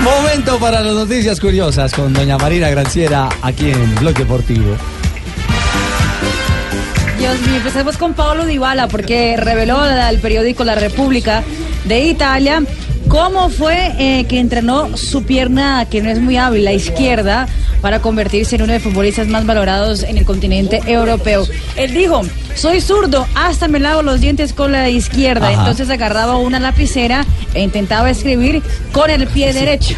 Momento para las noticias curiosas con doña Marina Granciera aquí en Blog Deportivo. Dios mío, empecemos con Paolo Dybala porque reveló al periódico La República de Italia cómo fue eh, que entrenó su pierna que no es muy hábil, la izquierda, para convertirse en uno de los futbolistas más valorados en el continente europeo. Él dijo, soy zurdo, hasta me lavo los dientes con la izquierda. Ajá. Entonces agarraba una lapicera e intentaba escribir con el pie derecho.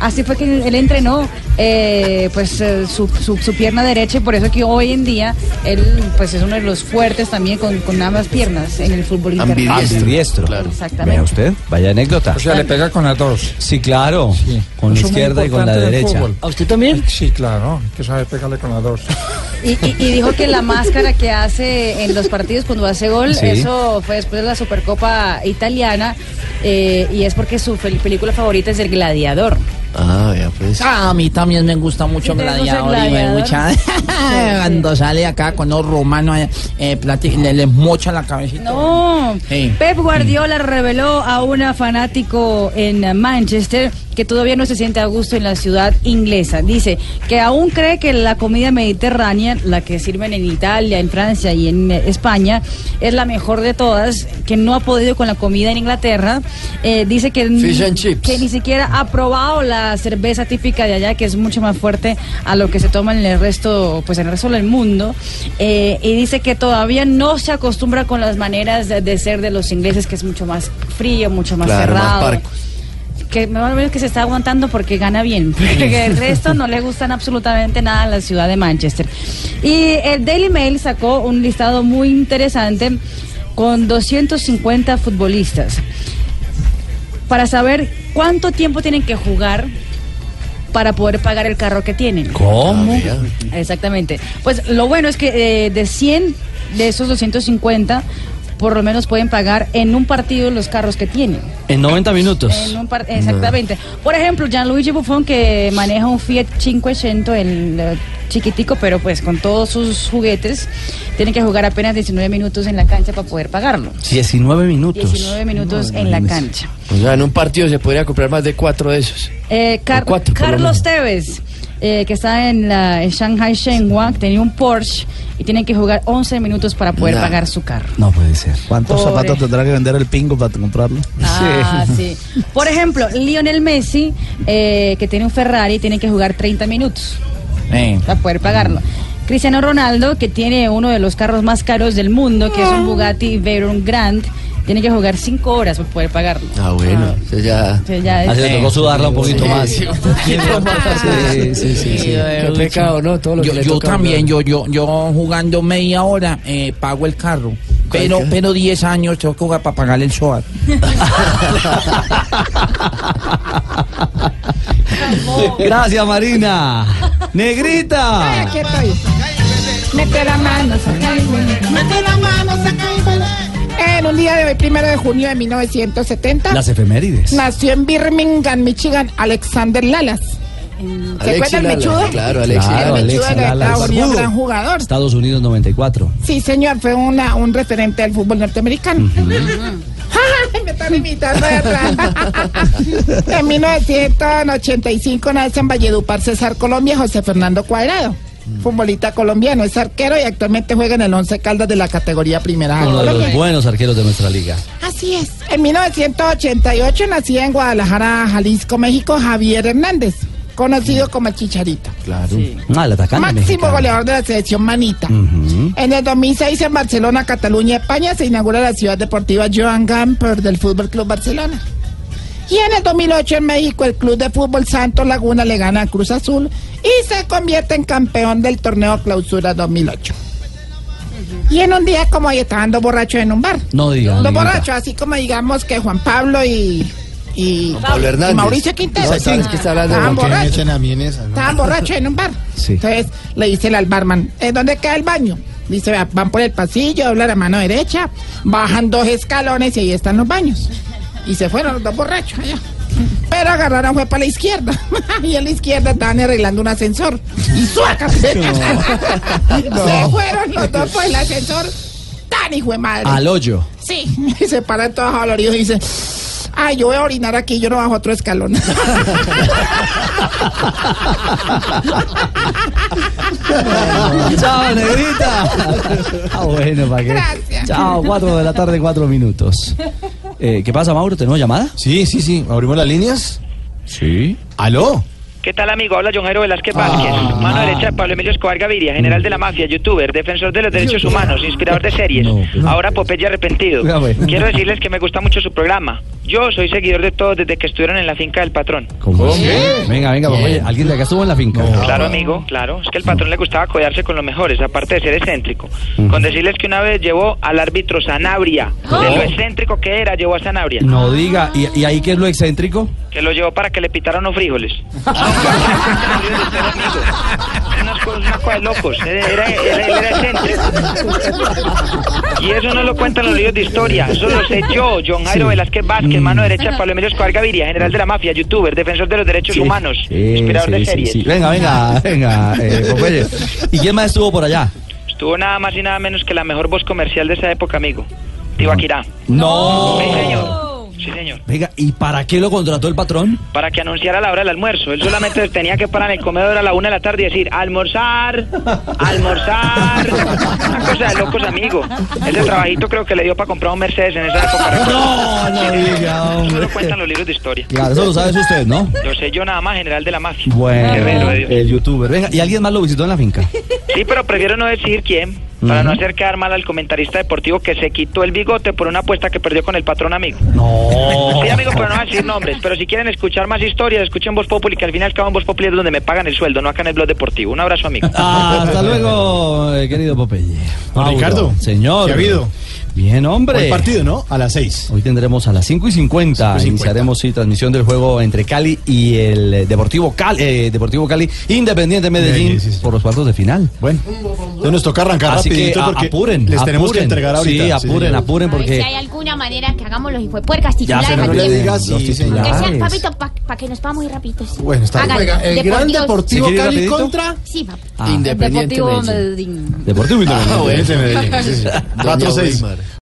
Así fue que él entrenó eh, pues eh, su, su- su pierna derecha y por eso que hoy en día él pues es uno de los fuertes también con, con ambas piernas en el fútbol internacional. Ambidiestro. Exactamente. Vea usted, vaya anécdota. O sea, le pega con las dos. Sí, claro. Con la Eso es muy izquierda y con la importante en el derecha. fútbol. Eh, ¿A usted también? Sí, claro, hay que saber pegarle con las dos. Y, y- y dijo que la máscara que hace en los partidos cuando hace gol, Sí. eso fue después de la Supercopa italiana eh, y es porque su fel- película favorita es El Gladiador. Ah, ya pues. Ah, a mí también me gusta mucho Sí, te gusta el Gladiador. y me gladiador. mucha- Cuando sale acá con los romanos, eh, eh, plati- le, le mocha la cabecita. No. Sí. Pep Mm. Guardiola reveló a un fanático en Manchester que todavía no se siente a gusto en la ciudad inglesa. Dice que aún cree que la comida mediterránea, la que sirven en Italia, en Francia y en eh, España, es la mejor de todas, que no ha podido con la comida en Inglaterra. Eh, dice que, n- Fish and chips. que ni siquiera ha probado la cerveza típica de allá, que es mucho más fuerte a lo que se toma en el resto, pues en el resto del mundo. Eh, y dice que todavía no se acostumbra con las maneras de, de ser de los ingleses, que es mucho más frío, mucho más Claro, más cerrado. parco. que más o menos que se está aguantando porque gana bien, porque el resto no le gustan absolutamente nada a la ciudad de Manchester. Y el Daily Mail sacó un listado muy interesante con 250 futbolistas para saber cuánto tiempo tienen que jugar para poder pagar el carro que tienen. ¿Cómo? Exactamente. Pues lo bueno es que eh, de 100, de esos 250, por lo menos pueden pagar en un partido los carros que tienen. En 90 minutos. En un par- exactamente. Por ejemplo, Gianluigi Buffon que maneja un Fiat 500, el eh, chiquitico, pero pues con todos sus juguetes, tiene que jugar apenas 19 minutos en la cancha para poder pagarlo. 19 minutos. 19 minutos en la cancha. O sea, en un partido se podría comprar más de cuatro de esos. Eh, Car- O cuatro, por lo menos. Carlos Tevez, eh, que está en, la, en Shanghai Shenhua, que tenía un Porsche y tiene que jugar 11 minutos para poder Nah. pagar su carro. No puede ser. ¿Cuántos Pobre. zapatos tendrá que vender el pingo para comprarlo? Ah, sí. Por ejemplo, Lionel Messi, eh, que tiene un Ferrari, tiene que jugar 30 minutos para poder pagarlo. Cristiano Ronaldo, que tiene uno de los carros más caros del mundo, que es un Bugatti Veyron Grand, tiene que jugar 5 horas para poder pagarlo. Ah, bueno. O sea, ya. Entonces ya es- Así le tocó sudarla un poquito Eh, Sí. más. Sí, sí, sí, sí. Qué pecado, ¿no? Todo lo yo, yo también, yo, yo, yo jugando media hora, eh, pago el carro. Pero, pero 10 años tengo que jugar para pagar el SOAT. Gracias, Marina. Negrita. Aquí estoy. Mete la mano, saca y vuela. Mete la mano, saca y vuela. En un día de primero de junio de 1970 Las efemérides. nació en Birmingham, Michigan, Alexander Lalas. ¿Se Alexi acuerda el Lalas, mechudo? claro, Alexi Claro, El mechudo Alexi de Lalas. Estados Unidos, Barbudo. gran jugador. Estados Unidos 94. Sí, señor, fue una, un referente del fútbol norteamericano. Ay, Me están imitando de atrás. en 1985 nace en Valledupar César Colombia José Fernando Cuadrado. Mm. Futbolista colombiano, es arquero y actualmente juega en el Once Caldas de la categoría primera. A Uno de Colombia. los buenos arqueros de nuestra liga. Así es. En 1988 nacía en Guadalajara, Jalisco, México, Javier Hernández, Mm. conocido como el Chicharito. Claro. Ah, el atacante. Máximo mexicano. goleador de la selección Manita. Ujú. En el 2006 en Barcelona, Cataluña, España se inaugura la ciudad deportiva Joan Gamper del Fútbol Club Barcelona. Y en el 2008 en México el club de fútbol Santos Laguna le gana a Cruz Azul y se convierte en campeón del torneo Clausura 2008. Y en un día como hoy estaban dos borrachos en un bar. No diga. Los negrita. borrachos, así como digamos que Juan Pablo y, y, Pablo y Hernández. Mauricio Quintero. No, sabes que está hablando de estaban Juan Pablo. borrachos. Que me echen a mí en esa, ¿no? Estaban borrachos en un bar. Sí. Entonces le dice el al barman, ¿eh, ¿dónde queda el baño? Dice, "Vea, van por el pasillo, doblan la mano derecha, bajan dos escalones y ahí están los baños. Y se fueron los dos borrachos allá. Pero agarraron fue para la izquierda. y en la izquierda estaban arreglando un ascensor. Y suácate. Se fueron los dos por el ascensor. Tan hijo de madre. Al hoyo. Sí, y se paran todos doloridos y dice, ay, yo voy a orinar aquí, yo no bajo otro escalón. Chao, negrita. Ah, bueno, ¿para qué? Chao, 4 de la tarde, 4 minutos. Eh, ¿Qué pasa, Mauro? ¿Tenemos llamada? Sí, sí, sí. ¿Abrimos las líneas? Sí. ¿Aló? ¿Qué tal, amigo? Habla John Jairo Velázquez Vázquez, Ah. mano derecha de Pablo Emilio Escobar Gaviria, general de la mafia, youtuber, defensor de los derechos humanos, inspirador de series, ahora Popeye arrepentido. Ah, bueno. Quiero decirles que me gusta mucho su programa. Yo soy seguidor de todos desde que estuvieron en la finca del patrón. Venga, venga, oye, alguien de acá estuvo en la finca. Claro, amigo, claro. Es que al patrón le gustaba codearse con los mejores, aparte de ser excéntrico. Con decirles que una vez llevó al árbitro Sanabria, Oh. de lo excéntrico que era, llevó a Sanabria. No diga, ¿y, y ahí qué es lo excéntrico? Que lo llevó para que le pitaran los frijoles. Unas cosas- una cosa de locos. Era, era- era- era excéntrico. Y eso no lo cuentan los libros de historia. Eso lo sé yo, John Jairo Velázquez Vázquez, Mm. mano derecha, Pablo Emilio Escobar Gaviria, general de la mafia, youtuber, defensor de los derechos humanos, inspirador de series. Venga, venga, venga, eh, Popeye. ¿Y quién más estuvo por allá? Estuvo nada más y nada menos que la mejor voz comercial de esa época, amigo. Tibaquirá. No. Sí, señor. Sí, señor. Venga, ¿y para qué lo contrató el patrón? Para que anunciara la hora del almuerzo. Él solamente tenía que parar en el comedor a la una de la tarde y decir, almorzar, almorzar. Una cosa de locos, amigo. Ese trabajito creo que le dio para comprar un Mercedes en esa época. No, no diga, Eso hombre. lo cuentan los libros de historia. Claro, eso lo sabe usted, ¿no? Lo sé yo nada más, general de la mafia. Bueno, Guerrero de Dios. el youtuber. Venga, ¿y alguien más lo visitó en la finca? Sí, pero prefiero no decir quién, para Ujú. no hacer quedar mal al comentarista deportivo que se quitó el bigote por una apuesta que perdió con el patrón amigo. No. Sí, amigo, pero no voy a decir nombres. Pero si quieren escuchar más historias, escuchen Voz Populi, que al final cabo en Voz Populi es donde me pagan el sueldo, no acá en el blog deportivo. Un abrazo, amigo. Ah, Hasta luego, eh, querido Popeye. Mauro, Ricardo, Señor. ¿qué ha habido? Bien, hombre. Hoy partido, ¿no? A las 6. Hoy tendremos a las 5 y 50. 5 y 50. Iniciaremos sí, transmisión del juego entre Cali y el eh, Deportivo Cali, eh, Deportivo Cali Independiente Medellín por los cuartos de final. Bueno, entonces nos toca arrancar Así que rapidito a- porque apuren. les tenemos que apuren. entregar ahorita, Sí, sí, apuren, señor. apuren A ver si porque hay alguna manera que hagamos los hijuepuercas Ya, titulares. pero no aquí. le digas, Los sí, señor. Aunque sea, titulares. papito, para que nos podamos ir rapiditos. Bueno, está bien. Hágale, Oiga, el gran Deportivo ¿Se quiere ir Cali rapidito? contra- Sí, papá. Ah. Independiente Deportivo Medellín. Medellín. Deportivo Independiente. bueno. Independiente Medellín, sí, sí. Doña 4-6. Weimar.